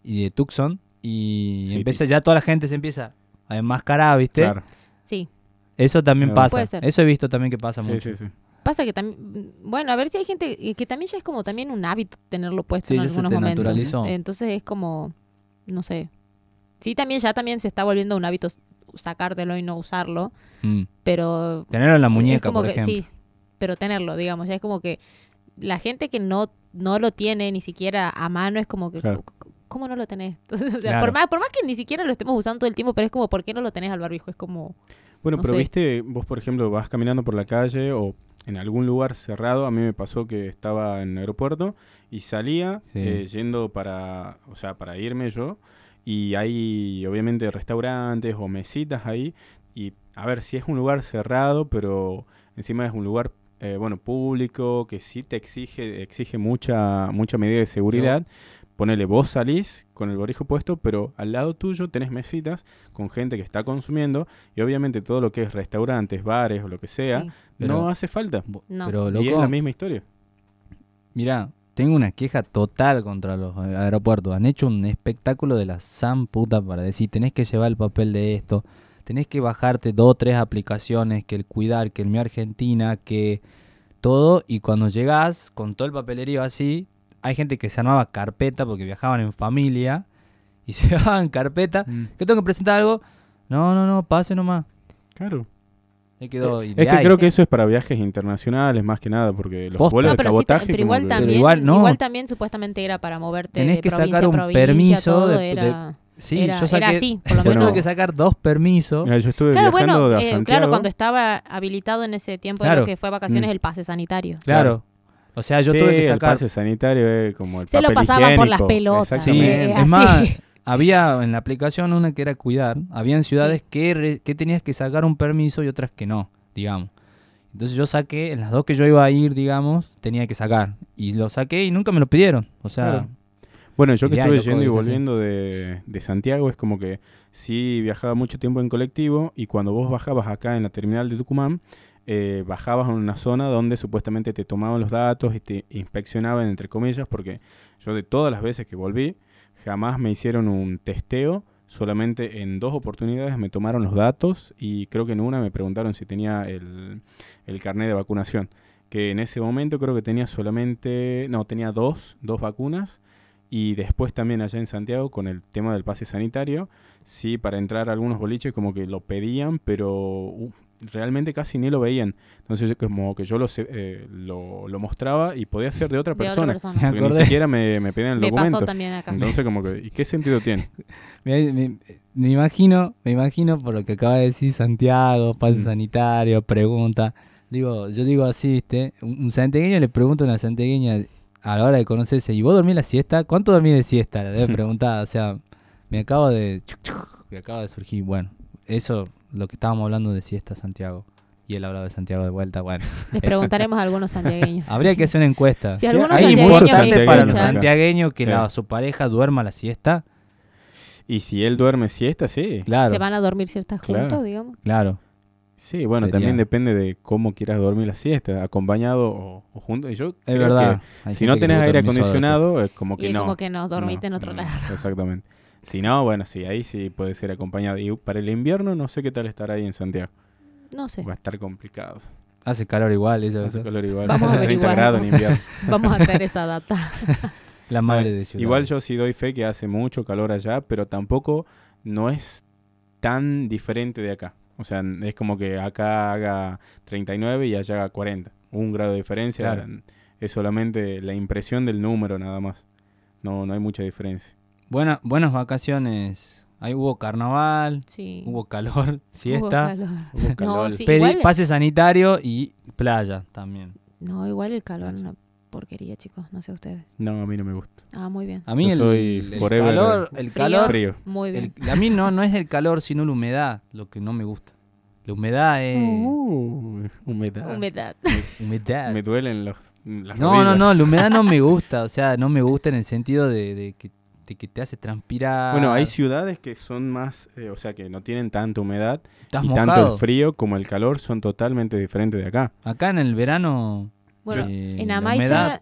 B: y de Tucson y
A: Sí,
B: empieza, ya toda la gente se empieza a enmascarar, ¿viste?
A: Claro.
C: Sí.
B: Eso también
A: No.
B: pasa.
C: Puede ser.
B: Eso he visto también que pasa
A: Sí,
B: mucho.
A: sí, sí.
C: Pasa que también. Bueno, a ver si hay gente que- que también ya es como también un hábito tenerlo puesto
B: Sí,
C: en
B: ya se
C: algunos
B: te
C: momentos. Eh,
B: naturalizó.
C: Entonces es como. No sé. Sí, también ya también se está volviendo un hábito sacártelo y no usarlo,
B: Mm.
C: pero
B: Tenerlo en la
C: es
B: muñeca,
C: como
B: por
C: que
B: ejemplo.
C: sí, pero tenerlo, digamos, ya es como que la gente que no no lo tiene ni siquiera a mano es como que
A: Claro.
C: "C- ¿Cómo no lo tenés? Entonces, o sea,
B: Claro.
C: por, más, por más que ni siquiera lo estemos usando todo el tiempo, pero es como, ¿por qué no lo tenés al barbijo? Es como,
A: Bueno,
C: No
A: pero
C: sé.
A: viste, vos por ejemplo vas caminando por la calle o en algún lugar cerrado, a mí me pasó que estaba en el aeropuerto y salía
B: Sí.
A: eh, yendo para, o sea, para irme yo y hay obviamente restaurantes o mesitas ahí y a ver si es un lugar cerrado, pero encima es un lugar eh, bueno, público que sí te exige exige mucha mucha medida de seguridad. Ponele, vos salís con el barbijo puesto, pero al lado tuyo tenés mesitas con gente que está consumiendo y obviamente todo lo que es restaurantes, bares o lo que sea,
C: sí,
B: pero-
A: no hace falta.
C: no.
B: Pero,
A: Y es la
B: loco,
A: misma historia.
B: mira, tengo una queja total contra los eh, aeropuertos. Han hecho un espectáculo de la san puta para decir, tenés que llevar el papel de esto, tenés que bajarte dos o tres aplicaciones, que el cuidar, que el mi Argentina, que todo. Y cuando llegás con todo el papelerío así, hay gente que se armaba carpeta porque viajaban en familia y se llevaban carpeta. ¿Que tengo que presentar algo? No, no, no, pase nomás.
A: Claro.
B: Le quedó, y
A: Eh, Es
B: de
A: que
B: ahí.
A: creo que eso es para viajes internacionales más que nada, porque los
B: Posta.
A: vuelos
C: No,
A: de
C: pero, sí,
A: cabotaje.
C: pero
A: como
C: igual
A: que-
C: también,
B: igual
C: igual,
B: no.
C: también supuestamente era para moverte
B: Tenés
C: de
B: que
C: provincia
B: sacar
C: a
B: un
C: provincia,
B: permiso
C: todo
B: de- de-
C: era-
B: Sí,
C: era-
B: yo saqué,
C: era así, por lo
B: yo tuve
A: menos.
B: que sacar dos permisos.
A: Mira, yo estuve
C: Claro,
A: viajando
C: bueno,
A: de a
C: eh, claro,
A: Santiago.
C: cuando estaba habilitado en ese tiempo de
B: Claro.
C: lo que fue vacaciones
A: Mm.
C: el pase sanitario.
B: Claro. O sea, yo
A: Sí,
B: tuve que
A: el
B: sacar.
A: pase sanitario es como el
C: Se lo
A: papel
C: pasaban por las
A: higiénico.
C: pelotas,
B: Sí,
A: Exactamente.
C: eh,
B: es
C: así.
B: más, había en la aplicación una que era cuidar. Habían ciudades que, re- que tenías que sacar un permiso y otras que no, digamos. Entonces yo saqué, en las dos que yo iba a ir, digamos, tenía que sacar. Y lo saqué y nunca me lo pidieron. O sea,
A: Claro. Bueno, yo que
B: Mirá,
A: estuve
B: loco,
A: yendo y
B: dije así.
A: volviendo de, de Santiago, es como que sí viajaba mucho tiempo en colectivo y cuando vos bajabas acá en la terminal de Tucumán, eh, bajabas a una zona donde supuestamente te tomaban los datos y te inspeccionaban, entre comillas, porque yo de todas las veces que volví, jamás me hicieron un testeo, solamente en dos oportunidades me tomaron los datos y creo que en una me preguntaron si tenía el, el carnet de vacunación. Que en ese momento creo que tenía solamente, no, tenía dos, dos vacunas y después también allá en Santiago, con el tema del pase sanitario, sí, para entrar a algunos boliches como que lo pedían, pero uh, realmente casi ni lo veían. Entonces yo- como que yo lo, se- eh, lo, lo mostraba y podía ser de otra
C: De
A: persona.
C: otra persona.
A: porque ni
B: acordé.
A: siquiera me, me pedían el
C: Me pasó
A: documento.
C: también acá.
A: Entonces como que, ¿y qué sentido tiene?
B: me, me- me imagino, me imagino por lo que acaba de decir Santiago, pase
A: Mm.
B: sanitario, pregunta. Digo, yo digo así, ¿viste? Un, un santiagueño le pregunta a una santiagueña a la hora de conocerse, ¿y vos dormís la siesta? ¿Cuánto dormís de siesta? Le debe preguntar, o sea, me acaba de... Me acaba de surgir, bueno, eso, lo que estábamos hablando de siesta, Santiago. Y él hablaba de Santiago de vuelta, bueno.
C: Les preguntaremos a algunos santiagueños.
B: Habría que hacer una encuesta.
C: Si algunos
B: ¿Hay
A: santiagueños
B: importante
A: que
B: para los
A: escuchan-
B: santiagueños que
A: Sí.
B: la- su pareja duerma la siesta?
A: Y si él duerme siesta, sí.
B: Claro,
C: Se van a dormir ciertas
A: Claro.
C: juntos, digamos.
B: claro.
A: Sí, bueno,
B: Sería-
A: también depende de cómo quieras dormir la siesta, acompañado o, o junto. Y yo
B: Es
A: creo
B: verdad.
A: que
B: Hay
A: si no
B: gente que
A: tenés
B: le
A: aire
B: gusta dormir sola,
A: acondicionado, es como
C: Y
A: que
C: es
A: no.
C: como que no, dormiste
A: No,
C: en otro
A: no,
C: lado.
A: Exactamente. Si no, bueno, sí, ahí sí puede ser acompañado. Y para el invierno no sé qué tal estará ahí en Santiago.
C: No sé.
A: Va a estar complicado.
B: sí. Hace calor igual, ella,
A: Hace calor igual.
C: Vamos a
A: hace 30
C: averiguar,
A: grados en
C: ¿no?
A: invierno.
C: Vamos a traer esa data.
B: la madre de ciudad.
A: igual yo sí doy fe que hace mucho calor allá, pero tampoco no es tan diferente de acá. O sea, n- es como que acá haga 39 y allá haga 40. Un grado de diferencia
B: Claro.
A: n- es solamente la impresión del número nada más. No, no hay mucha diferencia.
B: Buena- buenas vacaciones. Ahí hubo carnaval,
C: Sí.
B: hubo calor, siesta,
C: Hubo calor.
A: Hubo calor.
C: sí.
B: pedi-
C: igual-
B: pase sanitario y playa también.
C: No, igual el calor es una porquería, chicos. No sé ustedes.
A: No, a mí no me gusta.
C: Ah, muy bien.
B: A mí
A: Yo
B: el,
A: soy
B: el
A: forever
B: calor, el
C: frío.
B: calor,
A: Frío.
C: Muy bien.
B: el- a mí no, no es el calor sino la humedad lo que no me gusta. La humedad es
A: Uh, humedad.
C: Humedad.
B: humedad.
A: Me duelen los, las
B: No, no,
A: rodillas.
B: no, la humedad no me gusta, o sea, no me gusta en el sentido de, de que, de que te hace transpirar.
A: Bueno, hay ciudades que son más, eh, o sea, que no tienen tanta humedad
B: estás
A: y tanto
B: mojado.
A: el frío como el calor son totalmente diferentes de acá.
B: Acá en el verano
C: Bueno,
B: eh,
C: en
B: la
C: Amaicha
B: humedad-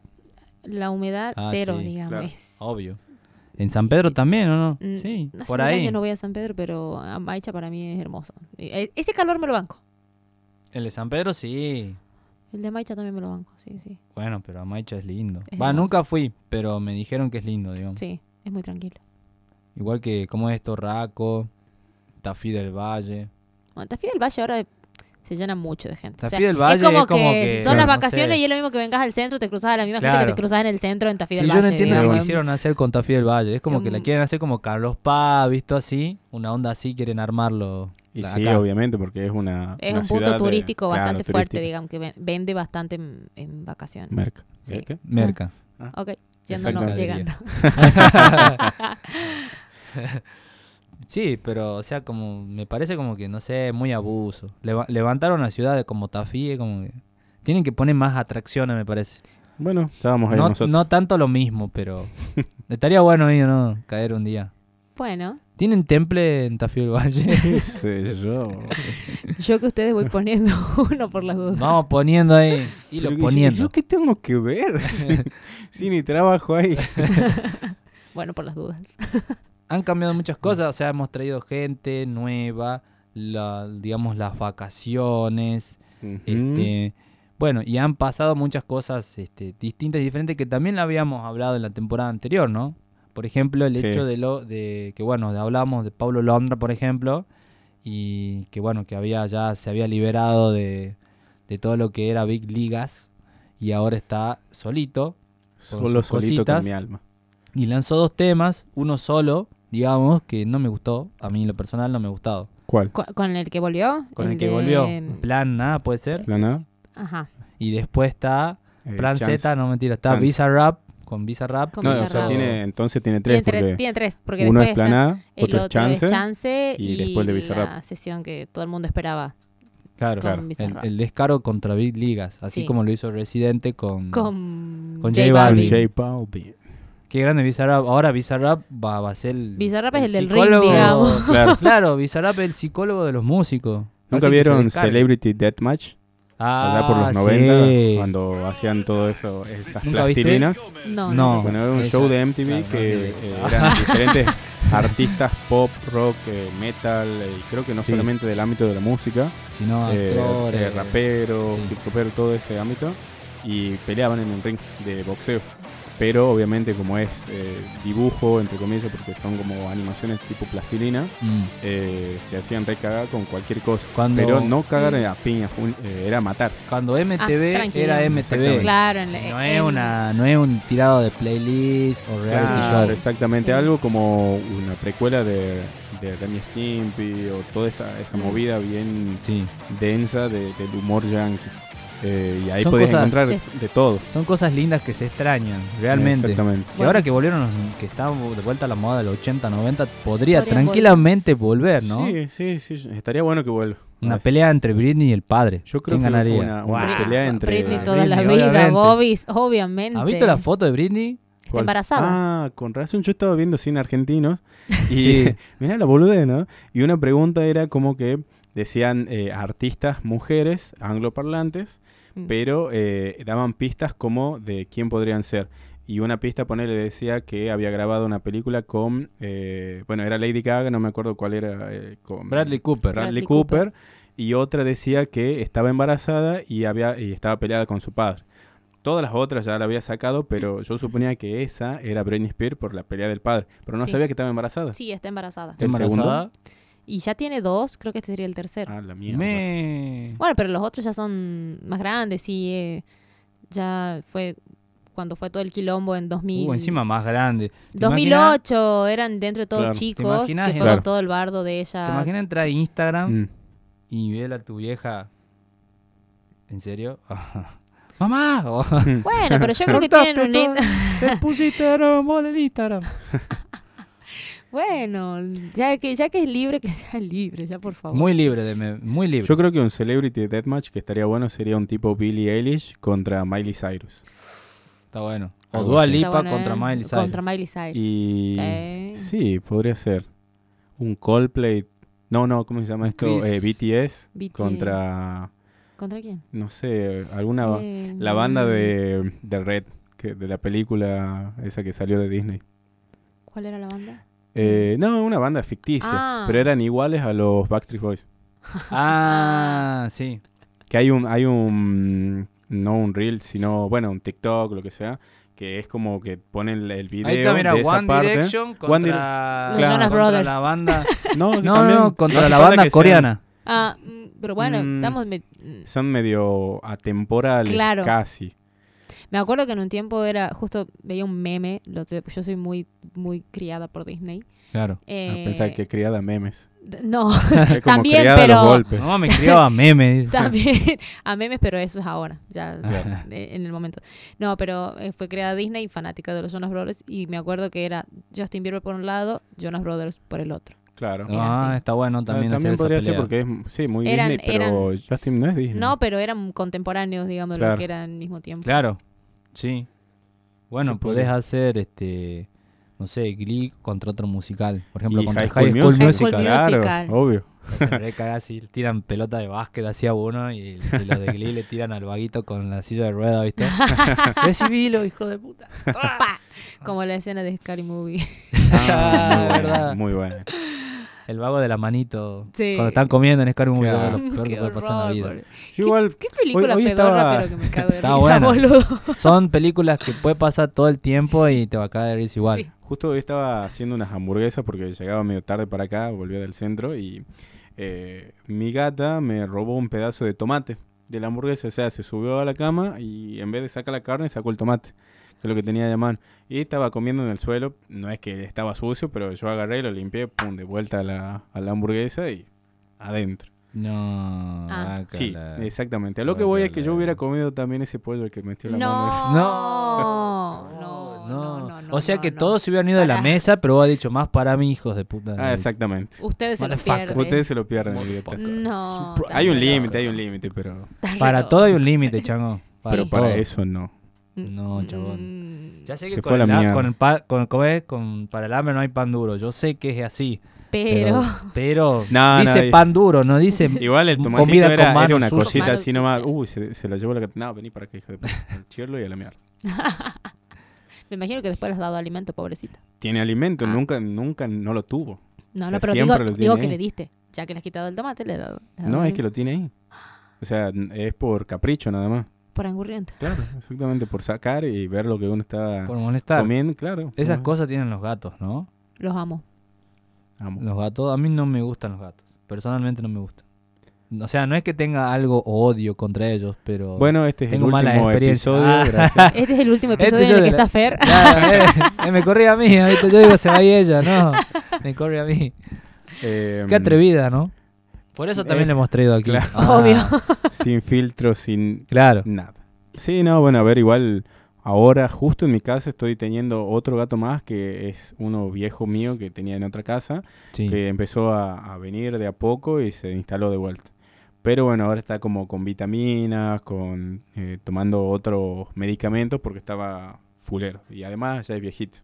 C: la humedad
B: Ah,
C: cero,
B: sí,
C: digamos.
A: claro.
C: Es-
B: Obvio. En San Pedro también, ¿o no?
C: Mm,
B: Sí,
C: hace
B: por
C: mil
B: ahí.
C: años no voy a San Pedro, pero Amaicha para mí es hermoso. E- Ese calor me lo banco.
B: El de San Pedro sí.
C: El de Amaicha también me lo banco, sí, sí.
B: Bueno, pero Amaicha es lindo.
C: Es
B: Va,
C: hermoso.
B: nunca fui, pero me dijeron que es lindo, digamos.
C: Sí, es muy tranquilo.
B: Igual que, ¿cómo es Torraco? Santa Fe del Valle.
C: Bueno, Tafí del Valle ahora se llena mucho de gente. O
B: Tafí
C: sea,
B: del Valle
C: es como,
B: es como
C: que,
B: que,
C: son las
B: no sé.
C: vacaciones y es lo mismo que vengas al centro, te cruzas a la misma gente
B: Claro.
C: que te cruzas en el centro en Tafí
B: Sí,
C: del
B: yo
C: Valle.
B: no entiendo lo que
C: digamos.
B: quisieron hacer con Tafí del Valle. Es como que la
C: Mm.
B: quieren hacer como Carlos Paz, visto así. Una onda así, quieren armarlo.
A: Y
B: la-
A: sí,
B: acá.
A: obviamente, porque es una.
C: Es
A: una
C: un punto
A: ciudad de-
C: turístico
A: claro,
C: bastante fuerte,
A: turística.
C: digamos, que ven- vende bastante en, en vacaciones.
A: Merca.
C: Sí.
A: ¿Eh, qué?
B: Merca.
C: ok, yéndonos,
A: Exactamente.
C: llegando.
B: Sí, pero, o sea, como me parece como que, no sé, muy abuso. Leva- levantaron la ciudad de como Tafí, es como que... Tienen que poner más atracciones, me parece.
A: Bueno, ya vamos a ir
B: No,
A: nosotros.
B: no tanto lo mismo, pero... Estaría bueno ir, ¿no? Caer un día.
C: Bueno,
B: ¿Tienen temple en Tafí del Valle?
A: ¿Qué sé yo?
C: yo que ustedes voy poniendo uno por las dudas.
B: Vamos poniendo ahí. Y
A: Pero
B: lo
A: que-
B: poniendo.
A: ¿Yo qué tengo que ver? Si- si ni trabajo ahí.
C: Bueno, por las dudas.
B: han cambiado muchas cosas, o sea, hemos traído gente nueva, la- digamos las vacaciones,
A: Mm.
B: este, bueno, y han pasado muchas cosas este, distintas y diferentes que también la habíamos hablado en la temporada anterior, ¿no? Por ejemplo, el
A: Sí.
B: hecho de lo de que bueno, hablábamos de Pablo Londra, por ejemplo, y que bueno, que había ya se había liberado de, de todo lo que era Big Ligas y ahora está solito con
A: Solo
B: sus
A: solito
B: cositas.
A: con mi alma.
B: y lanzó dos temas, uno solo, digamos, que no me gustó, a mí en lo personal no me ha gustado.
A: ¿Cuál?
C: Cu- ¿Con el que volvió?
B: Con el, que
C: de-
B: volvió, Plan A puede ser,
A: ¿La nada?
C: Ajá.
B: y después está
A: Eh,
B: Plan
A: Chance.
B: Z, no mentira, está
A: Chance.
B: Visa Rap, con Visa Rap.
C: Con
A: No,
C: Visa
A: o sea,
C: Rap.
A: tiene, entonces tiene tres.
C: Tiene tres,
A: porque
C: tiene tres, porque
A: uno
C: después
A: es plan
C: está
A: A,
C: el
A: otro es Chance.
C: es Chance
A: y
C: y,
A: después el de Bizarrap.
C: la sesión que todo el mundo esperaba
B: Claro,
A: Claro.
C: con
B: el,
C: Bizarrap.
B: el descaro contra Big Ligas, así
C: Sí.
B: como lo hizo Residente con...
C: con,
B: con
C: J
B: J
A: Con
B: Balvin.
C: Balvin.
A: J Balvin.
B: Qué grande Visa Rap, ahora Visa Rap va, va a ser el...
C: Bizarrap es el del ring,
B: psicólogo-
C: digamos.
A: Claro.
B: Claro, Visa Rap es el psicólogo de los músicos. Hace
A: ¿Nunca
B: que se
A: vieron
B: descargue.
A: Celebrity Deathmatch?
B: Ah,
A: Allá por los
B: sí.
A: 90, cuando hacían todo eso, esas
B: ¿Nunca viste?
A: plastilinas.
C: Oh, No,
B: No.
A: Bueno, era un
B: Eso.
A: show de MTV
B: Claro,
A: que
B: no es
A: eh, eran diferentes artistas pop, rock, eh, metal, eh, y creo que no
B: Sí.
A: solamente del ámbito de la música,
B: Si no,
A: eh,
B: actores.
A: eh, rapero,
B: sí.
A: hip hopero, todo ese ámbito, y peleaban en un ring de boxeo. Pero obviamente como es eh, dibujo, entre comillas, porque son como animaciones tipo plastilina,
B: Mm.
A: eh, se hacían recagar con cualquier cosa.
B: Cuando-
A: Pero no cagar a piñas, un- eh, era matar.
B: Cuando MTV
C: Ah, tranquilo.
B: era
A: Exactamente.
B: MTV.
C: Claro, eh, en,
B: No
C: en-
B: es una, no es un tirado de playlist o reality
A: Claro,
B: show.
A: exactamente.
C: Sí.
A: Algo como una precuela de, de Lemmy Stimpy o toda esa, esa
C: Mm.
A: movida bien
B: Sí.
A: densa de- del humor yankee. Eh, y ahí
B: Son
A: podías
B: cosas-
A: encontrar
C: Sí.
A: de todo.
B: Son cosas lindas que se extrañan, realmente.
A: Exactamente.
B: Y ahora que volvieron, los- que estamos de vuelta a la moda del 80, 90, podría
C: Podrían
B: tranquilamente volver, ¿no?
A: Sí, sí, sí. Estaría bueno que vuelva.
B: Una
A: Ay,
B: pelea entre Britney y el padre.
A: Yo creo
B: ¿Quién
A: que
B: ganaría?
A: una- una
B: Guau.
A: pelea
C: Ah,
A: entre-
C: Britney toda la
B: Britney,
C: vida,
B: obviamente.
C: Bobis, obviamente.
B: ¿Has visto la foto de Britney?
A: ¿cuál?
C: embarazada.
A: Ah, con razón. Yo estaba viendo Cien Argentinos. Y
B: Sí.
A: mirá la boludez, ¿no? Y una pregunta era como que decían eh, artistas mujeres angloparlantes
C: Mm.
A: pero eh, daban pistas como de quién podrían ser. Y una pista, ponele, decía que había grabado una película con, eh, bueno, era Lady Gaga, no me acuerdo cuál era. eh, con
B: Bradley Cooper.
A: Bradley
C: Bradley
A: Cooper.
C: Cooper.
A: Y otra decía que estaba embarazada y, había, y estaba peleada con su padre. Todas las otras ya la había sacado, pero yo suponía que esa era Britney Spears por la pelea del padre. Pero no
C: Sí.
A: sabía que estaba embarazada.
C: Sí, está embarazada.
B: ¿Está
A: ¿El segundo?
B: embarazada?
C: Y ya tiene dos, creo que este sería el tercero.
A: Ah, la mierda.
B: Me...
C: Bueno, pero los otros ya son más grandes y eh, ya fue cuando fue todo el quilombo en 2000.
B: Uh, encima más grande. ¿Te
C: 2008 eran dentro de todos
A: Claro. ¿Te
C: chicos que
B: imaginas
C: fue
B: en-
A: Claro.
C: con todo el bardo de ella.
B: ¿Te imaginas entrar a Instagram
A: Mm.
B: y ver a tu vieja? ¿En serio? ¡Mamá! O-
C: Bueno, pero yo creo que
B: Cortaste
C: tienen un
B: todo.
C: in-
B: Te pusiste de nuevo en bola en Instagram.
C: Bueno, ya que ya que es libre que sea libre, ya por favor.
B: Muy libre, de me- muy libre.
A: Yo creo que un Celebrity Deathmatch que estaría bueno sería un tipo Billie Eilish contra Miley Cyrus.
B: Está bueno. O
A: Algo
B: Dua
A: así.
B: Lipa
C: Está bueno,
B: contra
C: ¿eh?
B: Miley Cyrus.
C: Contra Miley Cyrus.
A: Y
C: Sí.
A: sí, podría ser un Coldplay. No, no, ¿cómo se llama esto?
B: Chris-
A: Eh, BTS,
C: BTS.
A: contra
C: ¿Contra quién?
A: no sé, alguna
C: Eh,
A: la banda de, de Red que de la película esa que salió de Disney.
C: ¿Cuál era la banda?
A: Eh, no, una banda ficticia,
C: Mm. Ah.
A: pero eran iguales a los Backstreet Boys.
B: Ah, sí.
A: Que hay un hay un no un reel, sino bueno, un TikTok, lo que sea, que es como que ponen el video
B: Ahí está, mira,
A: de esa
B: One
A: parte.
B: Direction contra,
A: Dire-
C: Los
B: claro,
C: Jonas
B: contra
C: Brothers.
B: la banda.
A: No, que
B: No, no,
A: también-
B: no, contra
A: hace
B: la
A: falta
B: banda
A: que sean-
B: coreana.
C: Ah, mm, pero bueno,
A: Mm.
C: estamos... met-
A: Son, medio atemporales,
C: Claro.
A: casi.
C: Me acuerdo que en un tiempo era... Justo veía un meme. Lo, te- yo soy muy, muy criada por Disney.
B: Claro.
A: A
C: Eh,
A: pensar Ah, que criada memes.
C: d- No,
A: Es como
C: También,
A: criada a
C: pero-
A: los golpes.
B: No, me criaba meme. dice.
C: también a memes, pero eso es ahora, ya
A: Claro.
C: eh, en el momento. No, pero eh, fue creada Disney, fanática de los Jonas Brothers, y me acuerdo que era Justin Bieber por un lado, Jonas Brothers por el otro.
A: Claro.
C: Era
B: Ah,
C: así.
B: está bueno también,
A: Ah,
B: hacer esa
A: podría ser
B: pelea.
A: porque es sí, muy
C: Eran-
A: Disney, pero Justin no es Disney.
C: No, pero eran contemporáneos, digamos,
A: Claro.
C: lo que eran al mismo tiempo.
B: Claro, sí. Bueno,
A: Sí,
B: podés
A: podría.
B: hacer este no sé, Glee contra otro musical, por ejemplo,
A: Y
B: contra High School, Musical.
C: High School
A: claro,
C: Musical.
A: obvio.
B: Se recaga así, tiran pelota de básquet hacia uno y, y los de Glee le tiran al vaguito con la silla de ruedas, ¿viste? Recibilo, hijo de puta.
C: Pa, Como la escena de Scary Movie.
B: Ah,
A: muy, buena,
B: verdad.
A: muy buena.
B: El vago de la manito.
C: Sí.
B: Cuando están comiendo en Scar Movie,
A: Claro.
B: lo peor que
C: Qué
B: puede pasar en la
C: horror,
B: vida.
C: pobre.
A: Yo igual,
C: Qué película
A: hoy
C: pedorra,
A: estaba-
C: pero que me cago de
B: Está
C: risa,
B: buena.
C: boludo.
B: Son películas que puede pasar todo el tiempo y te va a caer es igual.
C: Sí.
A: justo hoy estaba haciendo unas hamburguesas porque llegaba medio tarde para acá, volvía del centro y eh, mi gata me robó un pedazo de tomate de la hamburguesa. O sea, se subió a la cama y en vez de sacar la carne, sacó el tomate, que es lo que tenía de mano. Y estaba comiendo en el suelo. No es que estaba sucio, pero yo agarré, lo limpié, pum, de vuelta a la, a la hamburguesa y adentro.
B: No.
C: Ah.
A: Sí,
B: guácala.
A: exactamente. A lo que voy es que yo
B: Guácala.
A: hubiera comido también ese pollo que metió la mano.
C: No.
B: No.
C: No. No, no, no,
B: o sea que
C: no.
B: todos se hubieran ido de la
C: Pará.
B: mesa, pero vos has dicho más para mí, hijos de puta.
A: Ah, exactamente.
C: Ustedes se lo
B: Motherfucker.
C: pierden.
A: Ustedes se lo pierden, idiota.
C: No.
B: Surprise.
C: está
A: Hay un
C: re
A: límite,
C: loco,
A: hay un límite, pero
C: está re
B: Para
C: loco.
B: todo hay un límite, chango.
A: pero
C: Sí.
A: para
B: todo.
A: eso no.
B: No, chabón.
C: Mm,
B: Ya sé
A: Se
B: que
A: fue
B: con
A: la
B: el, ha-
A: mierda.
B: con el pa- con- ¿cómo es? Con- para el hambre no hay pan duro. Yo sé que es así.
C: pero...
B: Pero. Pero.
A: Ah, No, no,
B: dice
A: di-
B: pan duro, no dice.
A: Igual el tomatito
B: Comida con
A: era, era
B: manos
A: una
B: sucias.
A: cosita
C: Manos
A: así nomás.
C: sucias.
A: Uy, se, se la llevó la cat- No, vení para acá, hijo de puta. Al chirlo y a la mierda.
C: Me imagino que después les has dado alimento, pobrecita.
A: Tiene alimento,
C: Ah.
A: nunca, nunca no lo tuvo.
C: No,
A: O
C: no,
A: sea,
C: pero digo,
A: siempre lo tiene
C: digo
A: ahí.
C: que le diste. Ya que le has quitado el tomate, le he dado. le he
A: No,
C: dado
A: es
C: alimento.
A: que lo tiene ahí. O sea, n- es por capricho nada más.
C: Por angurriento.
A: Claro, exactamente, por sacar y ver lo que uno está
B: Por molestar.
A: comiendo, claro.
B: Esas
A: Bueno,
B: cosas tienen los gatos, ¿no?
C: Los amo.
A: vamos.
B: Los gatos. A mí no me gustan los gatos. Personalmente no me gustan. O sea, no es que tenga algo o odio contra ellos, pero.
A: Bueno, este es
B: Tengo
A: el
B: malas
A: último
B: experiencias.
A: episodio.
B: Ah.
A: Gracias.
C: Este es el último
B: Este
C: episodio
B: yo
C: en el
B: de
C: que
B: la-
C: está Fer.
B: Claro, eh, me corría a mí, ¿viste? yo digo se va y ella, no, me corre a mí.
A: Em,
B: Ah, Qué atrevida, ¿no? Por eso también
A: Eh,
B: le hemos traído aquí.
A: claro.
B: Ah,
C: Obvio.
A: Sin filtro, sin
B: Claro.
A: Nada. Sí, no, bueno, a ver, igual ahora justo en mi casa estoy teniendo otro gato más que es uno viejo mío que tenía en otra casa,
B: Sí.
A: que empezó a, a venir de a poco y se instaló de vuelta. Pero bueno, ahora está como con vitaminas, con eh, tomando otros medicamentos porque estaba fulero. Y además ya es viejito.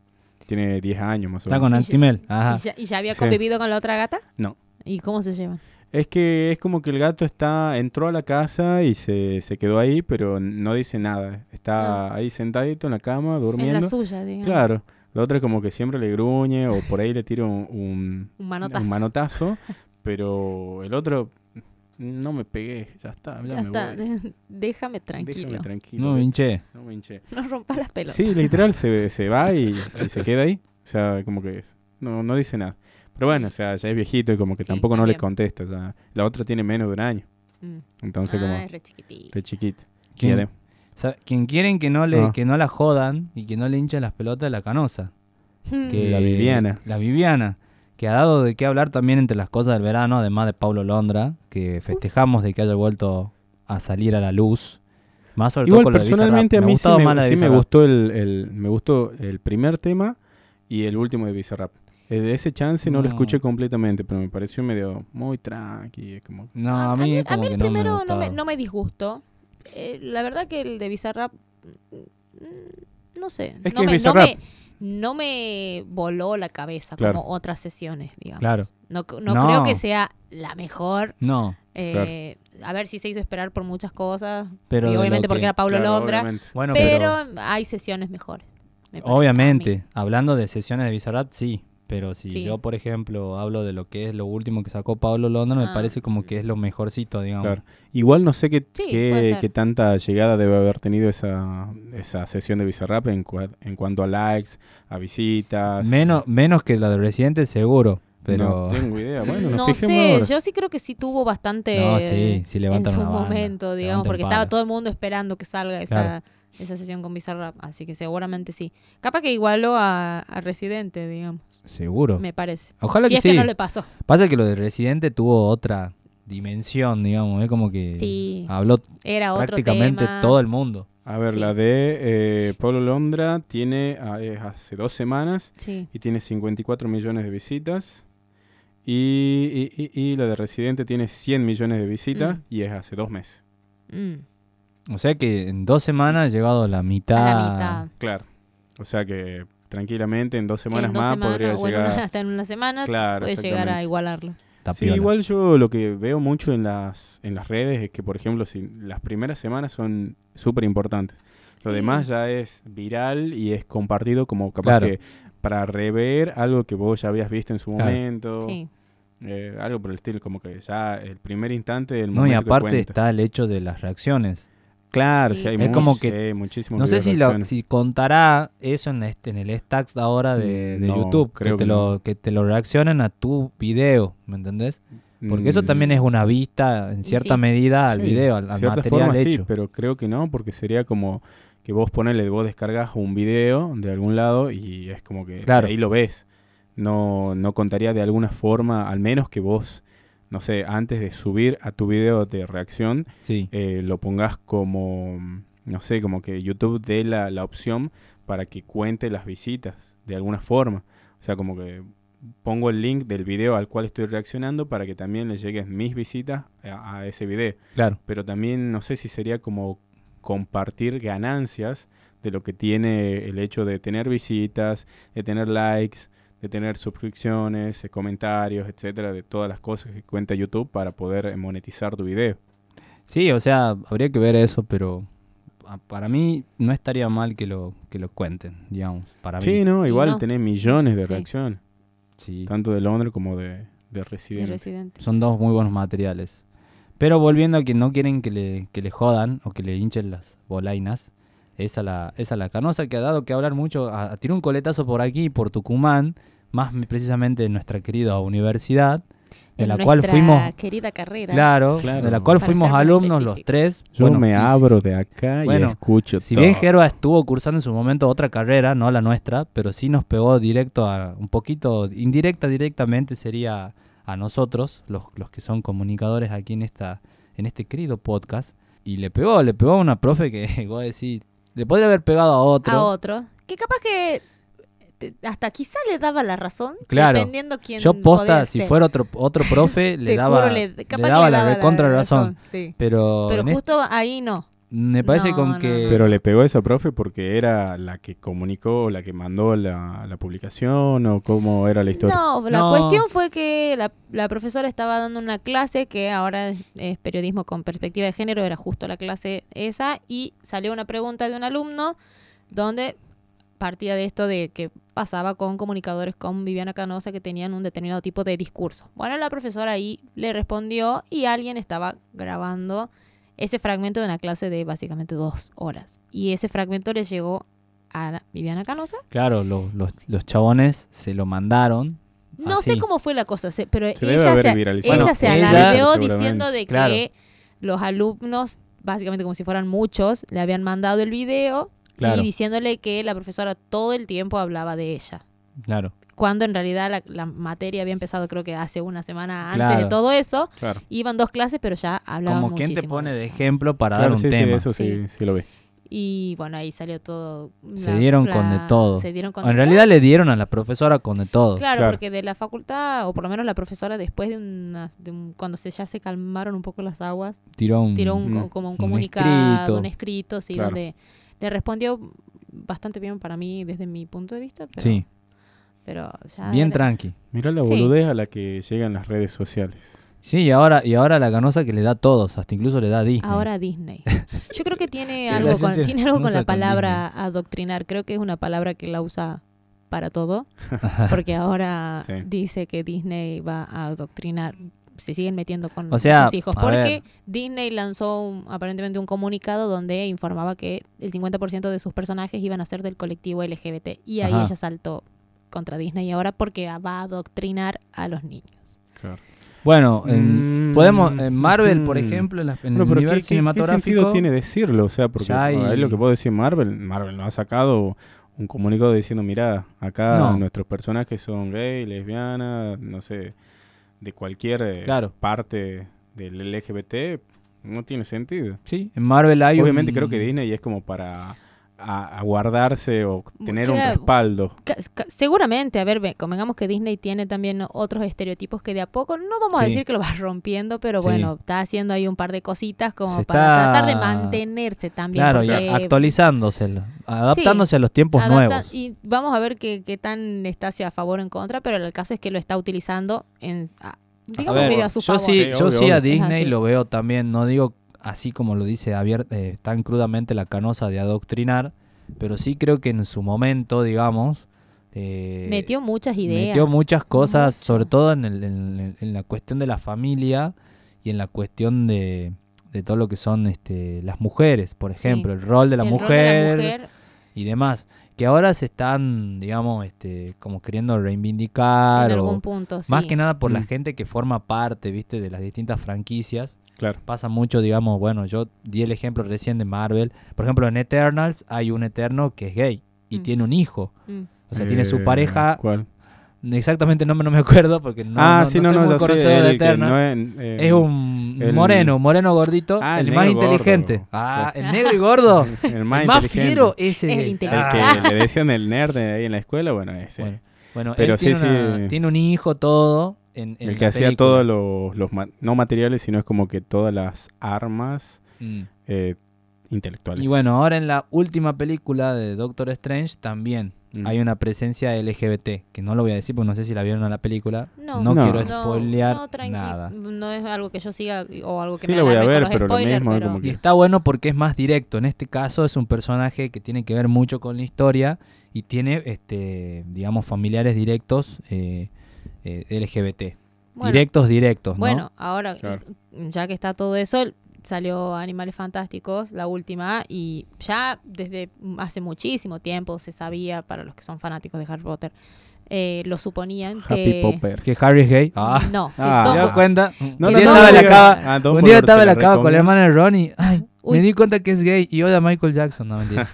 A: Tiene 10 años más o
B: Está
A: menos.
B: con Actimel. Ajá.
C: ¿Y ya, y ya había
A: Ah, Sí.
C: convivido con la otra gata?
A: No.
C: ¿Y cómo se llevan?
A: Es que es como que el gato está entró a la casa y se, se quedó ahí, pero no dice nada. Está ahí sentadito en la cama, durmiendo.
C: En la suya, digamos.
A: Claro. La otra es como que siempre le gruñe o por ahí le tira un, un-
C: Un manotazo.
A: un manotazo, pero el otro no me pegué, ya está, ya, me
C: ya está.
A: voy.
C: Déjame tranquilo.
A: Déjame tranquilo.
B: No, hinche.
A: no me hinché.
C: No rompa las pelotas.
A: Sí, literal se, se va y, y se queda ahí. O sea, como que no, no dice nada. Pero bueno, o sea, ya es viejito y como que
C: Sí,
A: tampoco no le
C: también.
A: contesta. ya. La otra tiene menos de un año,
C: Mm.
A: entonces como
C: Ah, es re chiquitito.
A: re chiquita.
B: ¿Quién?
A: Quiere.
B: Sa- Quien quieren que no, le,
A: Ah.
B: que no la jodan y que no le hinchen las pelotas de la canosa.
C: Mm.
B: Que,
A: La Viviana.
B: La Viviana. Que ha dado de qué hablar también entre las cosas del verano, además de Pablo Londra,
C: Uh.
B: que festejamos de que haya vuelto a salir a la luz. Más sobre
A: Igual
B: todo con lo de Bizarrap.
A: personalmente a
B: Me ha
A: mí sí
B: gustado más
A: me,
B: la de
A: sí me
B: Bizarrap.
A: gustó el, el- me gustó el primer tema y el último de Bizarrap. Eh, De ese chance no, lo
B: No.
A: escuché completamente, pero me pareció medio muy tranqui. es como-
B: No,
C: Ah,
B: a mí,
C: a
B: como
C: mí
B: que
C: el
B: no me
C: primero no, me,
B: gustaba.
C: no me disgustó. Eh, la verdad que el de Bizarrap, mm, no sé,
A: Es que
C: no,
A: es
C: me, no,
A: Bizarrap.
C: me, no me voló la cabeza
A: Claro.
C: como otras sesiones, digamos.
B: Claro.
C: No, c- no
B: No.
C: creo que sea la mejor.
B: No,
C: eh, A ver si se hizo esperar por muchas cosas.
B: pero. de
C: y
B: lo
C: obviamente porque
B: que-
C: era Pablo
A: Claro,
C: Londra.
A: obviamente.
B: Bueno, pero.
C: pero, hay sesiones mejores. me parece a mí.
B: obviamente, hablando de sesiones de Bizarrap, sí. Pero si
C: Sí.
B: yo, por ejemplo, hablo de lo que es lo último que sacó Pablo Londra, me
C: Ah.
B: parece como que es lo mejorcito, digamos.
A: Claro. Igual no sé qué,
C: Sí,
A: qué-
C: puede ser.
A: qué tanta llegada debe haber tenido esa, esa sesión de Bizarrap en, cua- en cuanto a likes, a visitas.
B: Menos, menos que la de Residente, seguro. Pero
A: ah, No tengo idea. Bueno, nos
C: no
A: fijemos
C: sé,
A: ahora.
C: yo sí creo que sí tuvo bastante
B: No, sí, sí
C: en
B: levantan
C: su
B: una banda,
C: momento, digamos,
B: levantan
C: porque estaba
B: pala.
C: todo el mundo esperando que salga esa,
B: Claro.
C: esa sesión con Bizarrap, así que seguramente sí. Capaz que igualó a, a Residente, digamos,
B: seguro.
C: me parece.
B: Ojalá Oh.
C: si
B: que
C: es
B: sí.
C: que no le pasó.
B: Pasa que lo de Residente tuvo otra dimensión, digamos. Es como que
C: Sí,
B: habló
C: era otro
B: Ah, prácticamente
C: tema.
B: todo el mundo.
A: A ver,
C: Sí.
A: la de eh, Pablo Londra tiene ah, es hace dos semanas
C: Sí.
A: y tiene 54 millones de visitas. Y, y- y- y la de Residente tiene 100 millones de visitas
C: Mm.
A: y es hace dos meses.
C: Mm,
B: O sea que en dos semanas ha llegado a la
C: a
B: mitad.
C: la mitad.
A: Claro. O sea que tranquilamente en dos semanas
C: En dos
A: más
C: semanas,
A: podría
C: o en
A: llegar.
C: una- hasta en una semana,
A: Claro,
C: puede llegar a
A: exactamente.
C: igualarlo.
B: Está
A: Sí,
B: piola.
A: igual yo lo que veo mucho en las, en las redes es que, por ejemplo, si las primeras semanas son súper importantes. Lo
C: Sí.
A: demás ya es viral y es compartido como capaz
B: Claro.
A: que para rever algo que vos ya habías visto en su
B: Claro.
A: momento.
C: Sí.
A: eh, algo por el estilo, como que ya el primer instante del
B: No, y
A: momento que
B: aparte
A: cuenta.
B: está el hecho de las reacciones.
A: Claro,
C: Sí,
A: sí, hay
C: Es
B: como
A: muchos-
B: que-
A: sí, hay muchísimos
B: No sé
A: videos
B: si, lo-
A: reacciones.
B: si contará eso en, este, en el stacks ahora de,
A: Mm,
B: de
A: No,
B: YouTube,
A: creo
B: que, te
A: que
B: lo, que te lo reaccionen a tu video, ¿me entendés? Porque eso
A: Mm,
B: también es una vista, en cierta
C: sí.
B: medida, al
A: sí,
B: video, al,
A: de
B: al
A: cierta
B: material
A: forma
B: hecho.
A: Sí, pero creo que no, porque sería como que vos ponele, vos descargas un video de algún lado y es como que
B: Claro.
A: ahí lo ves. No, no contaría de alguna forma, al menos que vos, no sé, antes de subir a tu video de reacción,
B: Sí.
A: eh, lo pongas como, no sé, como que YouTube dé la, la opción para que cuente las visitas de alguna forma. O sea, como que pongo el link del video al cual estoy reaccionando para que también le lleguen mis visitas a, a ese video.
B: Claro.
A: Pero también no sé si sería como compartir ganancias de lo que tiene el hecho de tener visitas, de tener likes, de tener suscripciones, eh, comentarios, etcétera, de todas las cosas que cuenta YouTube para poder eh, monetizar tu video.
B: Sí, o sea, habría que ver eso, pero a- para mí no estaría mal que lo, que lo cuenten, digamos. Para
A: Sí,
B: mí.
A: no,
C: Y
A: igual
C: no.
A: tenés millones de
C: Sí.
A: reacciones,
B: Sí.
A: tanto de Londres como de, de
C: de
A: Resident.
C: Residente.
B: Son dos muy buenos materiales. Pero volviendo a que no quieren que le, que le jodan o que le hinchen las bolainas, es a la, es a la canosa que ha dado que hablar mucho, a, tiró un coletazo por aquí, por Tucumán, más me- precisamente en nuestra querida universidad, de
C: En
B: la cual
C: nuestra
B: fuimos,
C: querida carrera.
B: claro,
A: Claro.
B: de la cual
C: Para
B: fuimos
C: ser más
B: alumnos los
C: específico.
B: tres.
A: Yo
B: Bueno,
A: me
B: y si-
A: abro de acá
B: Bueno,
A: y escucho
B: Si
A: todo.
B: bien Gerba estuvo cursando en su momento otra carrera, no la nuestra, pero sí nos pegó directo a un poquito, indirecta directamente sería a nosotros, los, los que son comunicadores aquí en esta, en este querido podcast. Y le pegó, le pegó a una profe que voy a decir, le podría haber pegado a otro.
C: a otro. Que capaz que te- hasta quizá le daba la razón.
B: Claro.
C: Dependiendo quién
B: Yo posta,
C: podía
B: si
C: ser.
B: fuera otro, otro profe, le
C: Te
B: daba,
C: juro,
B: le,
C: capaz que
B: daba la recontra razón.
C: sí.
B: Pero,
C: Pero
B: en este-
C: justo ahí no.
B: me parece
C: No,
B: con
C: no,
B: que...
C: no.
A: Pero le pegó a esa profe porque era la que comunicó, la que mandó la, la publicación o cómo era la historia.
C: No, la
B: No.
C: cuestión fue que la, la profesora estaba dando una clase que ahora es, es periodismo con perspectiva de género, era justo la clase esa, y salió una pregunta de un alumno donde partía de esto de que pasaba con comunicadores con Viviana Canosa que tenían un determinado tipo de discurso. Bueno, la profesora ahí le respondió y alguien estaba grabando ese fragmento de una clase de básicamente dos horas. Y ese fragmento le llegó a Viviana Canosa
B: Claro, lo- los, los chabones se lo mandaron.
C: No
B: así.
C: sé cómo fue la cosa, se- pero
A: Se debe
C: ella,
A: haber
C: se,
A: viralizado.
C: ella
B: Bueno,
C: se
B: ella-
C: alardeó
A: seguramente.
C: diciendo de que
B: Claro.
C: los alumnos, básicamente como si fueran muchos, le habían mandado el video
B: Claro.
C: y diciéndole que la profesora todo el tiempo hablaba de ella.
B: Claro.
C: Cuando en realidad la, la materia había empezado creo que hace una semana antes
B: Claro.
C: de todo eso.
A: Claro.
C: Iban dos clases, pero ya hablaban
B: Como quien te
C: muchísimo
B: pone de
C: ella.
B: ejemplo para
A: Claro,
B: dar un
A: sí, sí,
B: tema.
A: eso sí, sí lo vi.
C: Y bueno, ahí salió todo.
B: Se dieron con de todo.
C: Se dieron con
B: en
C: de
B: realidad le dieron a la profesora con de todo.
C: Claro,
A: Claro.
C: porque de la facultad, o por lo menos la profesora, después de, una, de un- cuando se, ya se calmaron un poco las aguas,
B: Tiró un...
C: tiró un,
A: Mm.
C: como un
B: Un
C: comunicado,
B: escrito.
C: un escrito, sí,
A: Claro.
C: donde le respondió bastante bien para mí desde mi punto de vista, pero,
B: Sí,
C: pero ya
B: bien
C: era-
B: tranqui.
A: Mirá la
C: Sí.
A: boludez a la que llegan las redes sociales.
B: Sí, y ahora, y ahora la ganosa que le da a todos, hasta incluso le da a Disney.
C: ahora Disney. Yo creo que tiene
B: Tiene
C: algo
B: la
C: con,
B: esencia
C: tiene algo con
B: ganosa
C: la
B: con
C: palabra adoctrinar, creo que es una palabra que la usa para todo, porque ahora
A: Sí.
C: dice que Disney va a adoctrinar, se siguen metiendo con
B: O sea,
C: sus hijos,
B: a ver.
C: porque Disney lanzó un- aparentemente un comunicado donde informaba que el 50% de sus personajes iban a ser del colectivo LGBT y ahí
B: Ajá.
C: ella saltó contra Disney ahora porque va a adoctrinar a los niños.
B: Bueno, en,
A: Mm.
B: podemos, en Marvel, por
A: Mm.
B: ejemplo, en, la- en
A: No,
B: el
A: pero ¿qué-
B: universo
A: qué, qué
B: cinematográfico.
A: sentido tiene decirlo? O sea, porque
B: Ya hay-
A: ahí lo que puedo decir Marvel, Marvel no ha sacado un comunicado diciendo, mira, acá
B: No.
A: nuestros personajes son gay, lesbianas, no sé, de cualquier eh,
B: Claro.
A: parte del LGBT, no tiene sentido.
B: Sí, en Marvel hay
A: Obviamente
B: un-
A: creo que Disney es como para a- aguardarse o tener un
C: Claro.
A: respaldo.
C: Ca- ca- Seguramente, a ver, ve, convengamos que Disney tiene también otros estereotipos que de a poco, no vamos a
B: Sí.
C: decir que lo va rompiendo, pero
B: Sí.
C: bueno, está haciendo ahí un par de cositas como
B: Se
C: para
B: está-
C: tratar de mantenerse también.
B: Claro, y
C: porque-
B: actualizándose, adaptándose a los tiempos
C: adapta-
B: nuevos.
C: Y vamos a ver qué, qué tan está hacia a favor o en contra, pero el caso es que lo está utilizando en, a- digamos,
B: ver,
C: medio a su
B: yo
C: favor.
B: sí, eh,
A: Sí,
B: yo
A: obvio,
B: sí a
A: obvio.
C: Es
B: Disney
C: así.
B: lo veo también, no digo así como lo dice abier- eh, tan crudamente la canosa de adoctrinar, pero sí creo que en su momento, digamos, eh,
C: metió muchas ideas.
B: metió muchas cosas,
C: Mucho.
B: sobre todo en, el- en- en la cuestión de la familia y en la cuestión de, de todo lo que son este, las mujeres, por
C: Sí.
B: ejemplo, el rol de la
C: El rol de
B: mujer,
C: la mujer
B: y demás, que ahora se están, digamos, este, como queriendo reivindicar
C: en
B: o-
C: algún punto, sí.
B: más que nada por la
A: Mm.
B: gente que forma parte, viste, de las distintas franquicias.
A: Claro.
B: Pasa mucho, digamos, bueno, yo di el ejemplo recién de Marvel. Por ejemplo, en Eternals hay un Eterno que es gay y
C: Mm.
B: tiene un hijo.
C: Mm.
B: O sea, tiene su
A: Eh,
B: pareja.
A: ¿Cuál?
B: Exactamente no, me- no me acuerdo porque no,
A: ah,
B: no,
A: sí,
B: no
A: no,
B: soy
A: no,
B: muy
A: ya sé,
B: conocedor de
A: el que
B: Eternals.
A: no es, eh,
B: es un
A: el-
B: moreno, un moreno gordito,
A: Ah,
B: el,
A: el
B: más
A: negro
B: inteligente.
A: gordo.
B: Ah, el negro y gordo.
A: el
B: el
A: más,
B: más
A: inteligente.
B: fiero ese
C: Es el
B: gay.
A: El
C: inteligente.
B: Ah.
A: que le decían el nerd ahí en la escuela, bueno, ese.
B: Bueno, Bueno,
A: Pero
B: él
A: sí,
B: tiene, una-
A: sí.
B: tiene un hijo, todo. En, en
A: el
B: la
A: que hacía
B: película.
A: todos los, los ma- no materiales, sino es como que todas las armas
B: Mm.
A: eh, intelectuales.
B: Y bueno, ahora en la última película de Doctor Strange también
A: Mm.
B: hay una presencia LGBT, que no lo voy a decir porque no sé si la vieron a la película.
C: No.
B: no,
A: No.
B: quiero
C: No,
B: spoilear
C: no, tranqui,
B: nada.
C: No es algo que yo siga o algo que
A: Sí
C: me
A: la voy a
C: alarme con
A: ver,
C: los
A: pero lo
C: spoilers,
A: mismo,
C: pero-
A: como
B: Y está bueno porque es más directo. En este caso es un personaje que tiene que ver mucho con la historia y tiene, este, digamos, familiares directos eh, eh, LGBT.
C: Bueno,
B: directos, directos, ¿no?
C: Bueno, ahora,
A: Claro.
C: eh, ya que está todo eso, salió Animales Fantásticos, la última, y ya desde hace muchísimo tiempo se sabía, para los que son fanáticos de Harry Potter, eh, lo suponían
A: Happy
C: que...
A: Popper.
B: que Harry es gay. Ah,
C: No, que
A: Ah,
B: ¿Te
C: todo-
A: ya
B: das cuenta?
A: No,
B: Un
C: no,
B: día
C: no,
B: estaba en la
C: no,
B: cava-
A: Ah,
B: Un
A: Dumbledore
B: día
A: se
B: estaba en la cava
A: recomiendo.
B: con la hermana de Ronnie. Ay,
C: Uy.
B: me di cuenta que es gay y odia a Michael Jackson. No, mentira.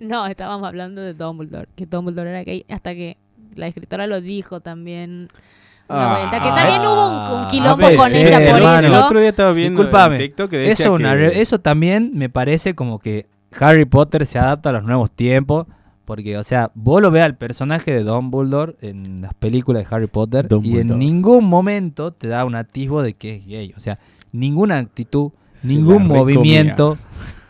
C: no, estábamos hablando de Dumbledore, que Dumbledore era gay, hasta que la escritora lo dijo también. Una
A: Ah,
C: vuelta, que
A: ah,
C: también
B: eh.
C: hubo un, un
B: A
C: quilombo
B: veces,
C: con ella por
B: hermano.
A: El
C: eso.
A: otro día estaba viendo
B: Disculpame.
A: en TikTok que decía
B: Eso, una
A: que-
B: re- eso también me parece como que Harry Potter se adapta a los nuevos tiempos. Porque, o sea, vos lo veas al personaje de Dumbledore en las películas de Harry Potter y en
A: Dumbledore.
B: ningún momento te da un atisbo de que es gay. O sea, ninguna actitud,
A: Se
B: ningún
A: la
B: movimiento,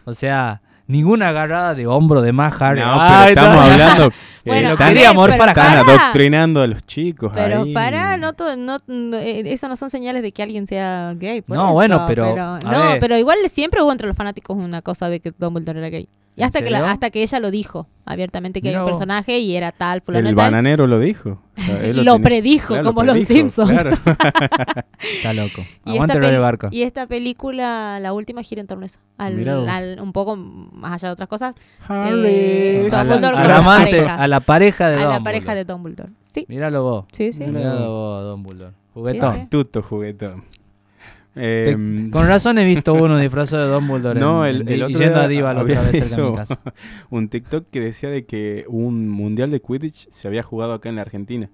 B: o sea, ninguna agarrada de hombro de más Harry.
A: No, pero
B: Ay,
A: estamos
B: está-
A: hablando.
C: Bueno,
A: eh,
B: lo
A: están,
B: quería
C: pero
B: morfar a
A: están
C: pará.
A: adoctrinando a los chicos.
C: Pero
A: ahí.
C: pará, no, to- no, no, eh, eso no son señales de que alguien sea gay. por
B: No,
C: eso,
B: bueno, pero, a
C: no,
B: ver.
C: pero igual siempre hubo entre los fanáticos una cosa de que Dumbledore era gay. Y
B: ¿En
C: hasta que, la-
B: serio?
C: hasta que ella lo dijo abiertamente que
B: Mirá
C: era un
B: vos.
C: personaje y era tal, fulano
A: El
C: de tal.
A: bananero lo dijo. O sea, él
C: Lo,
A: tenía-
C: predijo,
A: Claro, lo
C: como los
A: predijo,
C: Simpsons.
A: claro.
B: Está loco. Aguante
C: Y esta
B: el Rayo
C: peli-
B: Barca.
C: Y esta película, la última, gira en torno a eso. Al-
A: Mirá vos.
C: al- un poco más allá de otras cosas,
A: Harry.
C: Tom-
B: A la,
C: Dumbledore
B: al
C: con la
B: amante-
C: pareja.
B: a la pareja de
C: a la
B: Dumbledore.
C: pareja de Dumbledore. Sí,
B: Míralo vos.
C: sí, sí.
A: Mira.
B: Míralo vos, Dumbledore. Juguetón.
C: Sí, sí.
A: Tuto juguetón.
B: Te-
A: Em,
B: con razón he visto uno disfrazado de Dumbledore.
A: No,
B: en-
A: el-
B: en-
A: el
B: y
A: otro
B: yendo
A: día
B: a Dival
A: había
B: otra vez cerca de mi
A: visto-
B: casa.
A: un TikTok que decía de que un mundial de Quidditch se había jugado acá en la Argentina.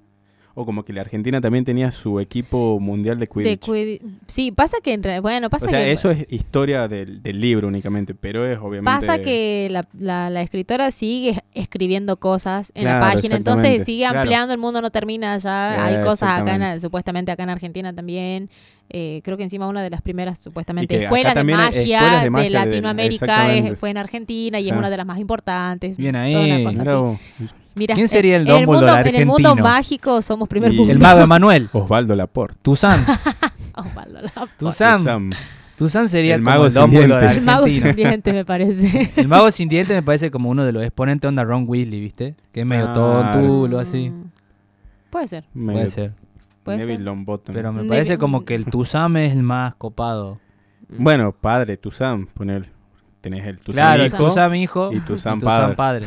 A: O como que la Argentina también tenía su equipo mundial de
C: De
A: Quidditch.
C: Quid- sí, pasa que en re- bueno, pasa
A: o sea,
C: que
A: eso es historia del, del libro únicamente, pero es obviamente...
C: Pasa que la, la- la escritora sigue escribiendo cosas en la
A: Claro,
C: página, entonces
A: exactamente.
C: sigue
B: Claro.
C: ampliando, el mundo no termina ya,
A: Eh,
C: hay cosas acá, en-
A: exactamente.
C: supuestamente acá en Argentina también, eh, creo que encima una de las primeras
A: Y
C: supuestamente
A: que acá
C: escuelas de,
A: también hay
C: magia,
A: escuelas de magia
C: de
A: de-
C: Latinoamérica
A: exactamente.
C: es- fue en Argentina y es
A: Claro.
C: una de las más importantes.
B: Bien
C: toda
B: ahí.
C: una cosa
A: Mira
C: así.
A: vos,
C: Mira,
B: ¿Quién
C: eh,
B: sería el
C: en el mundo,
B: Dumbledore
C: en el mundo
B: argentino?
C: mágico somos primer
A: Y-
C: mundo.
B: El mago Emanuel.
A: Osvaldo Laporte.
C: Oh,
B: Tuzán.
C: Osvaldo Laporte.
B: Tuzán.
A: Sam.
B: Tuzán sería
A: El
B: como
A: mago
B: el
A: sin
B: Dumbledore
A: dientes.
C: El mago
B: argentino.
C: sin dientes, me parece.
B: El mago sin dientes me parece como uno de los exponentes onda Ron Weasley, ¿viste? Que es medio
A: Claro.
B: tontulo, así.
C: Mm. Puede ser,
A: Ah, Medio
B: Puede ser.
C: puede
A: Neville
C: ser.
A: Longbottom.
B: Pero me
C: Neville-
B: parece como que el Tuzán es el más copado.
A: Bueno, padre, Tuzán, poner. Tenés el Tuzán
B: claro, el
A: hijo
B: Tuzán hijo
A: y
B: y
A: Tuzán
B: Tuzán
A: padre.
B: padre.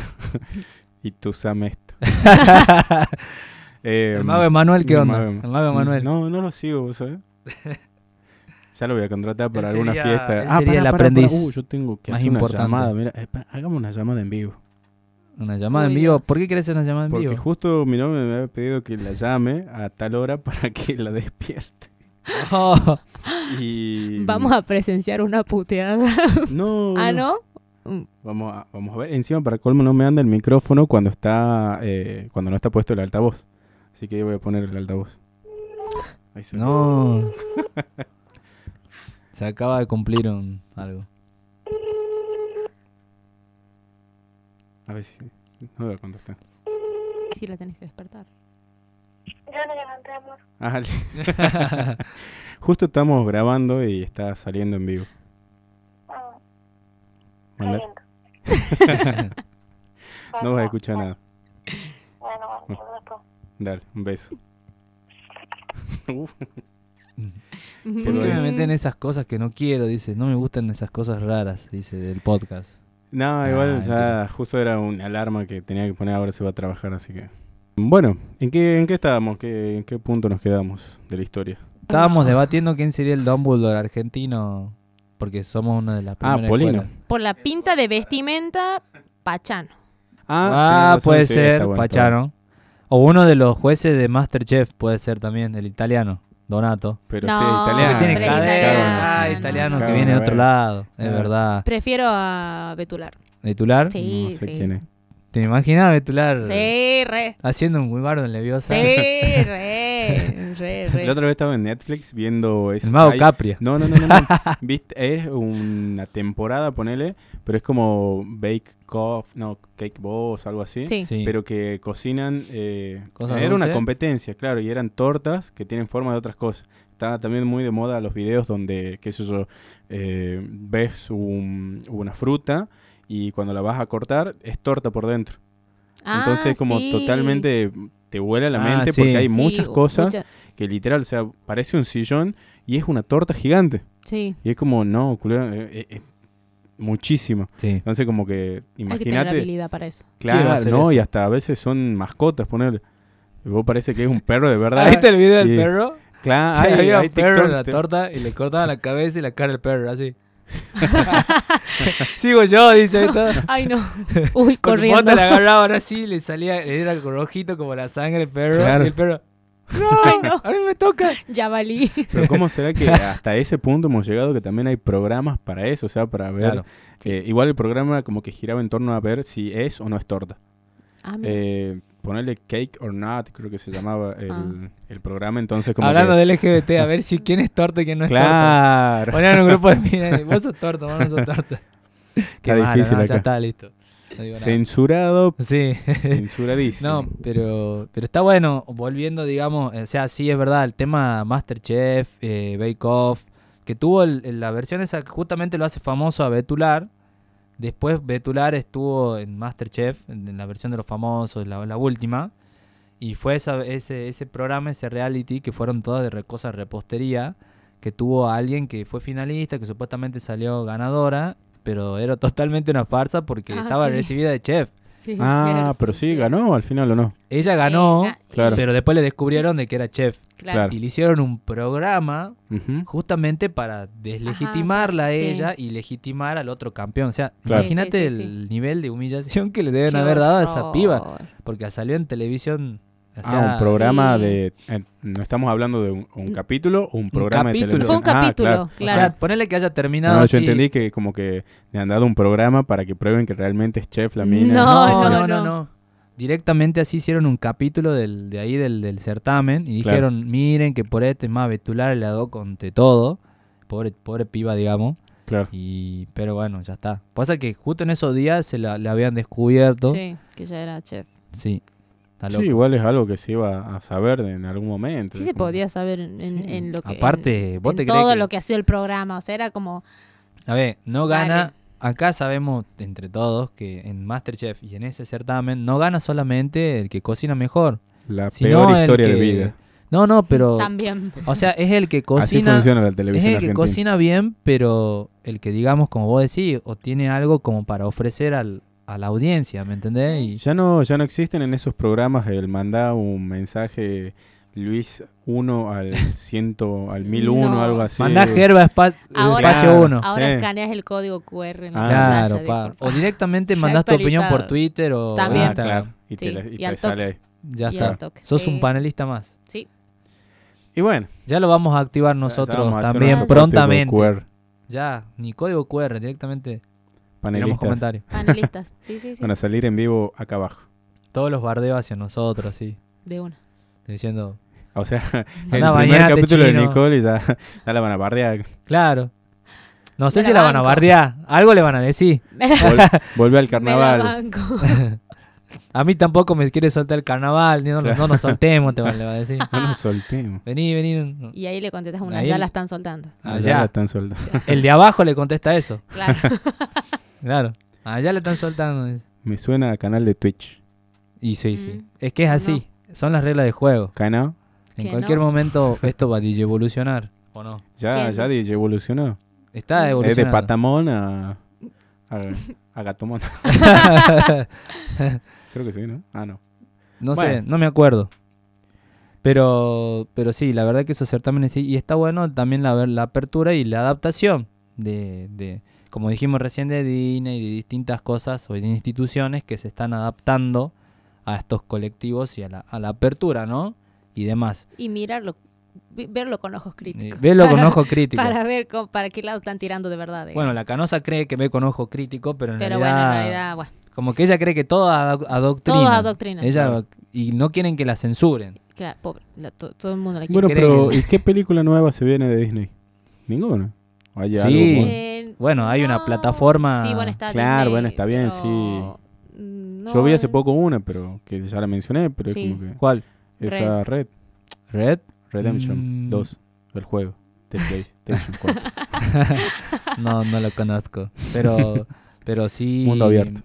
A: y Tuzán esto. Eh,
B: el mago Emanuel, ¿qué
A: el
B: onda?
A: mago
B: El
A: Ema-
B: mago Emanuel.
A: No, no lo sigo, ¿vos sabés? ya lo voy a contratar para
B: Él
A: alguna
B: sería-
A: fiesta. Ah,
B: él sería el aprendiz
A: Uh, yo tengo que
B: más
A: hacer una
B: importante.
A: llamada. Mira, eh, pa- hagamos una llamada en vivo.
B: Una llamada en
C: Uy,
B: vivo.
C: Dios.
B: ¿Por qué querés hacer una llamada en
A: Porque
B: vivo?
A: justo mi novia me había pedido que la llame a tal hora para que la despierte.
B: Oh,
A: Y
C: Vamos a presenciar una puteada.
A: No,
C: ah, ¿no?
A: Vamos a, vamos a ver. Encima, para colmo, no me anda el micrófono cuando está eh, cuando no está puesto el altavoz. Así que yo voy a poner el altavoz. Ahí suena.
B: no. Se acaba de cumplir un, algo.
A: A ver si... No voy a contestar.
C: Sí, la tenés que despertar.
D: Ya nos levantamos.
A: Ah, le- Justo estamos grabando y está saliendo en vivo.
D: Ah,
A: Manda-
D: saliendo.
A: No vas a escuchar nada.
D: Bueno, bueno, después.
A: Dale, un beso. Uf,
B: ¿Por qué me
A: bueno.
B: meten esas cosas que no quiero? Dice, no me gustan esas cosas raras, dice, del podcast.
A: No, igual
B: Ah,
A: ya
B: entiendo.
A: justo era una alarma que tenía que poner ahora se va a trabajar, así que... Bueno, ¿en qué, en qué estábamos? ¿Qué- ¿En qué punto nos quedamos de la historia? Ah.
B: Estábamos debatiendo quién sería el Dumbledore argentino, porque somos una de las
A: Ah,
B: primeras
A: Polino.
B: escuelas.
C: Por la pinta de vestimenta, Pachano.
A: tenés
B: Ah,
A: razón,
B: puede
A: sí,
B: ser
A: está bueno, está bueno.
B: Pachano. O uno de los jueces de Masterchef puede ser también, el italiano, Donato.
A: Pero
C: No,
A: sí, italiano.
B: que tiene
C: pero
B: cadena,
C: italiano,
B: ah,
C: no,
B: italiano
A: no.
B: que viene de
A: Ah, Claro,
B: otro
A: no,
B: lado, es
A: Claro.
B: verdad.
C: Prefiero a Betular.
B: ¿Betular?
C: Sí,
A: no sé
C: sí.
A: quién es.
B: ¿Te imaginas a Betular
C: Sí, re.
B: haciendo un guimardo en Leviosa?
C: Sí, re. Re, re.
A: Este, La otra vez estaba en Netflix viendo... Es,
B: El mago
A: hay-
B: Capria.
A: No, no, no, no. no. Viste, es una temporada, ponele, pero es como Bake Off, no, Cake Boss, algo así.
C: Sí.
B: Sí.
A: Pero que cocinan... eh,
B: Cosas
A: era una
B: dulces.
A: competencia, claro, y eran tortas que tienen forma de otras cosas. Estaba también muy de moda los videos donde, qué sé yo, eh, ves un- una fruta y cuando la vas a cortar es torta por dentro.
C: Ah,
A: Entonces es como
C: sí.
A: totalmente te vuela la
B: Ah,
A: mente
B: sí.
A: porque hay
C: Sí,
A: muchas
C: u-
A: cosas
C: mucha-
A: que literal, o sea, parece un sillón y es una torta gigante.
C: Sí.
A: Y es como, no, culo, eh, eh, eh, muchísimo.
B: Sí.
A: Entonces como que,
C: Hay que tener
A: imagínate,
C: habilidad para eso.
B: ¿Quién va a
A: claro,
B: hacer
A: no,
B: eso?
A: y hasta a veces son mascotas, ponerle. Vos parece que es un perro de verdad.
B: ¿Viste el video del
A: Y-
B: perro?
A: Claro, hay,
B: había
A: hay
B: un perro en
A: TikTok,
B: la
A: te-
B: torta y le cortaban la cabeza y la cara del perro, así. Sigo yo, dice ahí todo.
C: Ay, no. Uy,
B: Con el
C: corriendo.
B: bote le agarraban así, le salía, le era rojito como la sangre el perro.
A: Claro.
B: Y el perro,
C: Ay, no.
B: a mí me toca.
C: Ya valí.
A: Pero ¿cómo será que hasta ese punto hemos llegado que también hay programas para eso? O sea, para ver...
B: Claro.
A: eh, igual el programa como que giraba en torno a ver si es o no es torta.
C: Ah, mira.
A: Eh, ponerle Cake or Not, creo que se llamaba el,
C: Ah.
A: el programa. Entonces como
B: Hablando
A: que-
B: del LGBT, a ver si quién es torta y quién no es torta.
A: Claro.
B: Ponían un grupo de minas y vos sos torta, vos no sos torta. Qué
A: Está
B: malo,
A: difícil
B: ¿no?
A: acá.
B: Ya está, listo. No digo nada.
A: Censurado,
B: Sí.
A: censuradísimo.
B: No, pero, pero está bueno, volviendo, digamos, eh, o sea, sí es verdad, el tema Masterchef, eh, Bake Off, que tuvo el- el- la versión esa que justamente lo hace famoso a Betular. Después Betular estuvo en Masterchef, en, en la versión de los famosos, la, la última. Y fue esa- ese, ese programa, ese reality, que fueron todas de re- cosas repostería, que tuvo a alguien que fue finalista, que supuestamente salió ganadora, pero era totalmente una farsa porque
C: Ah,
B: estaba
C: sí.
B: recibida de chef.
C: Sí,
A: ah,
C: cierto,
A: pero sí,
C: cierto.
A: ganó al final o no.
B: Ella
C: Eh,
B: ganó,
C: ga-
A: Claro.
B: pero después le descubrieron de que era chef.
A: claro.
B: Y le hicieron un programa
A: Ujú.
B: justamente para deslegitimarla a
C: sí.
B: ella y legitimar al otro campeón. O sea,
A: Claro.
B: imagínate
C: Sí, sí, sí,
B: el nivel de humillación que le deben
C: Qué
B: haber dado a esa
C: horror.
B: piba. Porque salió en televisión. o
A: ah,
B: sea,
A: un programa
C: sí.
A: de... eh, no estamos hablando de un, un capítulo o un programa
B: capítulo.
A: de
C: Fue
A: televisión.
C: un capítulo,
A: Ah, claro.
B: O
C: claro.
B: sea, ponele que haya terminado.
A: No, yo
B: así.
A: entendí que como que le han dado un programa para que prueben que realmente es chef la mina.
C: No.
B: No, no, no,
C: no.
B: no. Directamente así hicieron un capítulo del, de ahí del, del certamen y
A: Claro.
B: dijeron, miren que por este más Betular le dado con de todo. Pobre, pobre piba, digamos.
A: Claro.
B: Y, pero bueno, ya está. Pasa que justo en esos días se la, la habían descubierto. Sí.
C: Sí, que ya era chef.
B: Está
A: Sí,
B: loco.
A: igual es algo que se iba a saber en algún momento.
C: Sí se podía saber en, en-
A: Sí.
C: en lo que...
B: Aparte,
C: en-
B: vos
C: en
B: te crees
C: todo
B: que-
C: lo que hacía el programa. O sea, era como...
B: A ver, no
C: Dale.
B: gana. Acá sabemos entre todos que en Masterchef y en ese certamen no gana solamente el que cocina mejor.
A: La
B: sino
A: peor
B: el
A: historia de
B: que-
A: vida.
B: No, no, pero.
C: También.
B: O sea, es el que
A: Así
B: cocina.
A: funciona la
B: Es
A: televisión
B: el que
A: argentina.
B: cocina bien, pero el que, digamos, como vos decís, o tiene algo como para ofrecer al, a la audiencia, ¿me entendés? Y
A: Ya no, ya no existen en esos programas el manda un mensaje Luis 1 al 100, al 1001,
C: No.
A: algo así.
B: mandá Gerba Espa-
C: Ahora-
B: Espacio 1.
C: Ahora
A: Sí.
C: escaneas el código QR en la
A: Ah.
B: Claro,
C: pantalla,
B: pa.
C: dijo.
B: O directamente
C: Ya
B: mandás tu opinión por
C: actualizado.
B: Twitter o
A: Ah,
C: También.
B: Instagram.
A: claro, Y te,
C: Sí,
A: la- y
C: y
A: te
C: al
A: sale
C: toque.
A: ahí.
B: Ya
C: Y
B: está.
C: al toque.
B: Sos
C: Sí.
B: un panelista más.
C: Sí.
A: Y bueno.
B: Ya lo vamos a activar nosotros
A: vamos a hacer
B: también
A: una
B: prontamente.
A: código QR,
B: Ya, ni código QR, directamente tenemos
A: Panelistas.
B: comentarios.
C: Panelistas. Sí, sí, sí.
A: Van a salir en vivo acá abajo.
B: Todos los bardeos hacia nosotros, sí.
C: De una.
B: Diciendo,
A: O sea, el
B: Andá,
A: primer
B: bañate,
A: capítulo de
B: chino.
A: Nicole y ya, ya la van a bardear.
B: claro. No sé
C: Me la
B: si la van a
C: banco.
B: bardear, algo le van a decir.
C: Me la-
A: Vol- volvé al
C: me la
A: carnaval.
C: banco.
B: A mí tampoco me quiere soltar el carnaval, ni no, no nos soltemos, te va, le va a decir.
A: No nos soltemos.
B: Vení, vení.
C: Y ahí le contestas una,
B: Ahí-
C: ya la están soltando.
A: Allá la
B: Allá.
A: están soltando.
B: El de abajo le contesta eso,
C: Claro.
B: claro. Allá le están soltando.
A: Me suena a canal de Twitch.
B: Y sí, sí.
C: Mm.
B: Es que es así. Son las reglas de juego.
A: ¿Canal?
B: En
C: Que
B: cualquier
C: no.
B: momento esto va a evolucionar, ¿o no?
A: Ya,
C: ¿Quién
A: ya
C: es?
A: DJ evolucionó.
B: Está
A: Es Eh, de
B: evolucionando.
A: Patamón a, a, a Gatomón. Creo que sí, ¿no? Ah, no.
B: No sé,
A: Bueno.
B: no me acuerdo. Pero, pero sí, la verdad que esos certámenes sí. Y está bueno también la, ver- la apertura y la adaptación de, de, como dijimos recién, de DINA y de distintas cosas o de instituciones que se están adaptando a estos colectivos y a la, a la apertura, ¿no? Y demás.
C: Y mirarlo, vi- verlo con ojos
B: Eh,
C: críticos.
B: velo con
C: Para-
B: ojo crítico.
C: Para ver cómo- para qué lado están tirando de verdad. digamos.
B: Bueno, la canosa cree que ve con ojo crítico, pero en,
C: Pero
B: realidad,
C: bueno, en realidad, bueno,
B: como que ella cree que todo ado- adoctrina.
C: Todo adoctrina.
B: Ella,
A: Claro.
B: y no quieren que la censuren.
C: claro, pobre, la- to- todo el mundo la quiere.
A: Bueno,
B: cree
A: pero
B: que-
A: ¿y qué película nueva se viene de Disney? Ninguna. ¿O hay
B: Sí.
A: algo bueno?
C: Eh,
B: Bueno, hay una
C: no,
B: plataforma-
C: Sí, bueno, está
A: Claro,
C: Disney,
A: bueno, está bien,
C: pero,
A: sí.
C: mm, no,
A: Yo vi hace poco una, pero que ya la mencioné, pero
C: Sí.
A: es como
B: ¿Cuál?
A: que esa red.
B: ¿Red?
A: Redemption
B: Mm.
A: 2, el juego de PlayStation 4.
B: No, no lo conozco. Pero, pero sí.
A: Mundo abierto.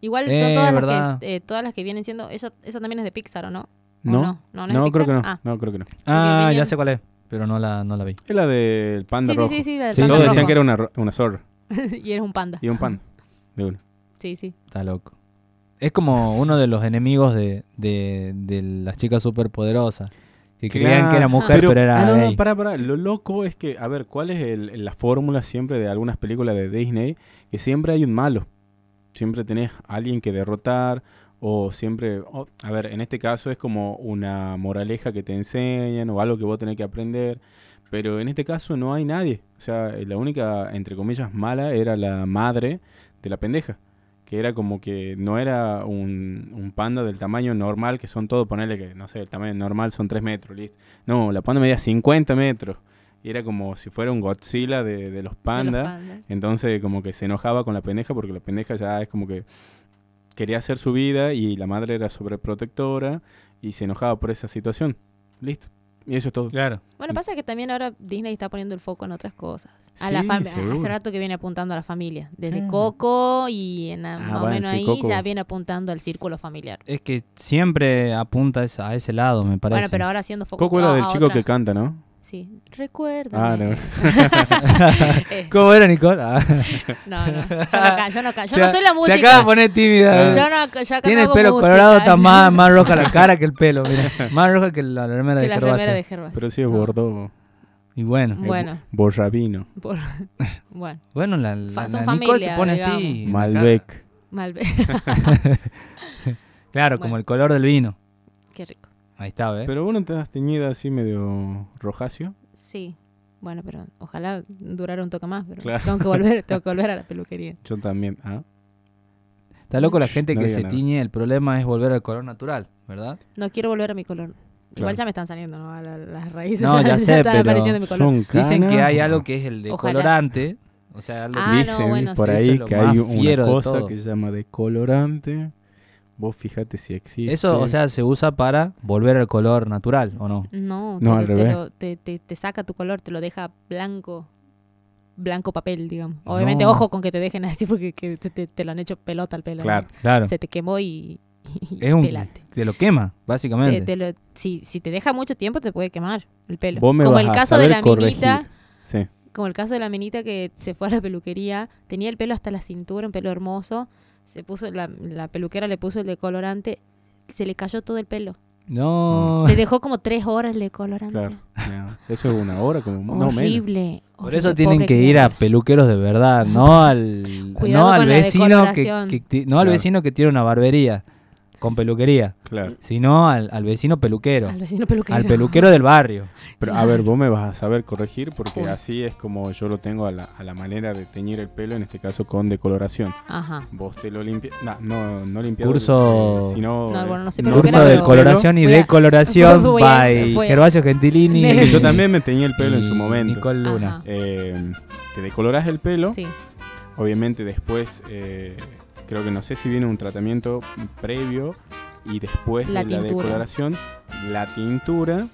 C: Igual
B: Eh,
C: son todas
B: verdad.
C: las, que, eh, todas las que vienen siendo. Esa, esa también es de Pixar, ¿o no? ¿O
A: ¿No?
C: no, no, es de
A: No, creo que
C: Pixar?
A: no.
C: Ah,
A: No, creo que no.
B: Ah,
C: venían-
B: ya sé cuál es. Pero no la, no la vi.
A: Es la del panda
C: sí,
A: rojo.
C: sí, sí, sí, la del
B: Sí,
A: Todos
C: panda
B: sí, sí.
A: decían
C: rojo.
A: que era una, ro- una zorra
C: y eres un panda.
A: y un panda. De una.
C: Sí, sí.
B: Está loco. Es como uno de los enemigos de, de, de las chicas superpoderosas. Que creían que era
A: Claro,
B: mujer, pero, era
A: ah, no, no,
B: gay.
A: pará, pará. Lo loco es que, a ver, ¿cuál es el- la fórmula siempre de algunas películas de Disney? Que siempre hay un malo. Siempre tenés a alguien que derrotar. O siempre, o- a ver, en este caso es como una moraleja que te enseñan o algo que vos tenés que aprender. Pero en este caso no hay nadie. O sea, la única, entre comillas, mala era la madre de la pendeja. Que era como que no era un, un panda del tamaño normal, que son todos, ponerle que, no sé, el tamaño normal son 3 metros, listo. No, la panda medía 50 metros. Y era como si fuera un Godzilla de, de los
C: de los
A: pandas.
C: pandas.
A: Entonces como que se enojaba con la pendeja porque la pendeja ya es como que quería hacer su vida y la madre era sobreprotectora y se enojaba por esa situación. Listo. Y eso es todo.
B: Claro.
C: Bueno, pasa que también ahora Disney está poniendo el foco en otras cosas. A
A: Sí,
C: la fami-
A: seguro.
C: hace rato que viene apuntando a la familia. Desde
A: Sí.
C: Coco y en, a-
A: Ah,
C: más o
A: bueno,
C: menos
A: sí,
C: ahí
A: Coco.
C: ya viene apuntando al círculo familiar.
B: Es que siempre apunta a esa- a ese lado, me parece.
C: Bueno, pero ahora haciendo foco
A: Coco era
C: a-
A: del
C: a
A: chico
C: otras-
A: que canta, ¿no?
C: Sí, recuerda.
A: Ah, no.
B: ¿Cómo era, Nicole? Ah.
C: no, no. Yo no, ca- yo no, ca- Ah, yo
B: Se-
C: no soy la
B: Se acaba de
C: música.
B: poner tímida.
C: Yo no, ca- yo acá
B: Tiene
C: no
B: el
C: hago
B: pelo
C: música.
B: colorado, está más, más roja la cara que el pelo. mira. Más roja que la remera
C: que
B: de
C: la
B: Gervasio.
C: remera de Mm. Gervasio.
A: Pero sí es
C: No.
A: gordo.
B: Y bueno.
C: Bueno,
A: Borrabino.
C: por- bueno,
B: Bueno, la, la,
C: Fa- son
B: la Nicole se
C: familia,
B: pone así.
C: digamos.
B: en la cara. ¿eh?
A: Malbec.
C: mal ve-
B: Claro, como
C: Bueno.
B: el color del vino.
C: Qué rico.
B: Ahí está, ¿ves?
A: Pero vos no te has teñida así medio rojacio.
C: Sí. Bueno, pero ojalá durara un toque más, pero
A: Claro.
C: tengo que volver, tengo que volver a la peluquería.
A: Yo también. Ah,
B: Está loco la
A: Shh,
B: gente
A: no
B: que
A: diga
B: se
A: nada.
B: tiñe, el problema es volver al color natural, ¿verdad?
C: No quiero volver a mi color.
A: Claro.
C: Igual ya me están saliendo ¿no? la- las raíces.
B: No, ya sé,
C: están
B: pero
C: apareciendo mi color.
A: Son
B: Dicen que
A: canas,
B: hay
A: ¿o
B: algo
A: no?
B: que es el
C: Ojalá.
B: decolorante. O sea, algo
C: Ah, no,
A: Dicen
C: bueno,
A: por
C: sí.
B: Eso es
A: ahí
B: lo
A: que
B: más
A: hay
B: fiero
A: una
B: de
A: cosa
B: todo.
A: que se llama decolorante. Vos fíjate si existe.
B: Eso, o sea, se usa para volver al color natural, ¿o no?
C: No,
A: No,
C: te,
A: al
C: te
A: revés.
C: lo- te- te- te saca tu color, te lo deja blanco. Blanco papel, digamos. Obviamente,
B: No.
C: ojo con que te dejen así porque que te, te- te lo han hecho pelota al pelo.
A: Claro.
B: Claro.
C: Se te quemó y, y
B: Es un,
C: pelate.
B: te lo quema,
C: Te-
B: básicamente.
C: te lo- si, si te deja mucho tiempo, te puede quemar el pelo.
A: Vos me
C: Como
A: vas
C: el
A: a
C: caso de
A: saber
C: la
A: corregir.
C: minita.
A: Sí.
C: como el caso de la menita que se fue a la peluquería, tenía el pelo hasta la cintura, un pelo hermoso, se puso la, la peluquera le puso el decolorante, se le cayó todo el pelo.
A: Mm.
B: No.
C: Le dejó como tres horas el decolorante.
A: Claro. No, Eso es una hora, como no menos.
C: horrible.
B: Por
C: horrible,
B: eso tienen
C: pobre
B: que ir a
C: criatura.
B: peluqueros de verdad, no al,
C: Cuidado
B: no al
C: con la
B: vecino que,
C: decoloración.
B: que ti- no al
A: Claro.
B: vecino que tiene una barbería con peluquería,
A: Claro.
B: sino al, al vecino peluquero,
C: al vecino peluquero.
B: al peluquero del barrio.
A: Pero a ver, vos me vas a saber corregir porque
C: Uy.
A: así es como yo lo tengo a la, a la manera de teñir el pelo, en este caso con decoloración.
C: Ajá.
A: Vos te lo limpias. No, no, no limpias.
B: Curso-
A: sino.
C: No, bueno, no soy
A: eh,
C: peluquera,
B: Curso
A: del
B: de
C: pero-
A: color-
B: coloración y
C: voy a-
B: decoloración
C: voy a-
B: by
C: voy a-
B: Gervasio Gentilini.
A: Que Yo también me teñí el pelo en su
B: y
A: momento.
B: Nicole Luna.
C: Ajá.
A: Eh, te decolorás el pelo.
C: Sí.
A: Obviamente después, eh, creo que no sé si viene un tratamiento previo y después
C: La
A: de la
C: tintura.
A: decoloración, la tintura.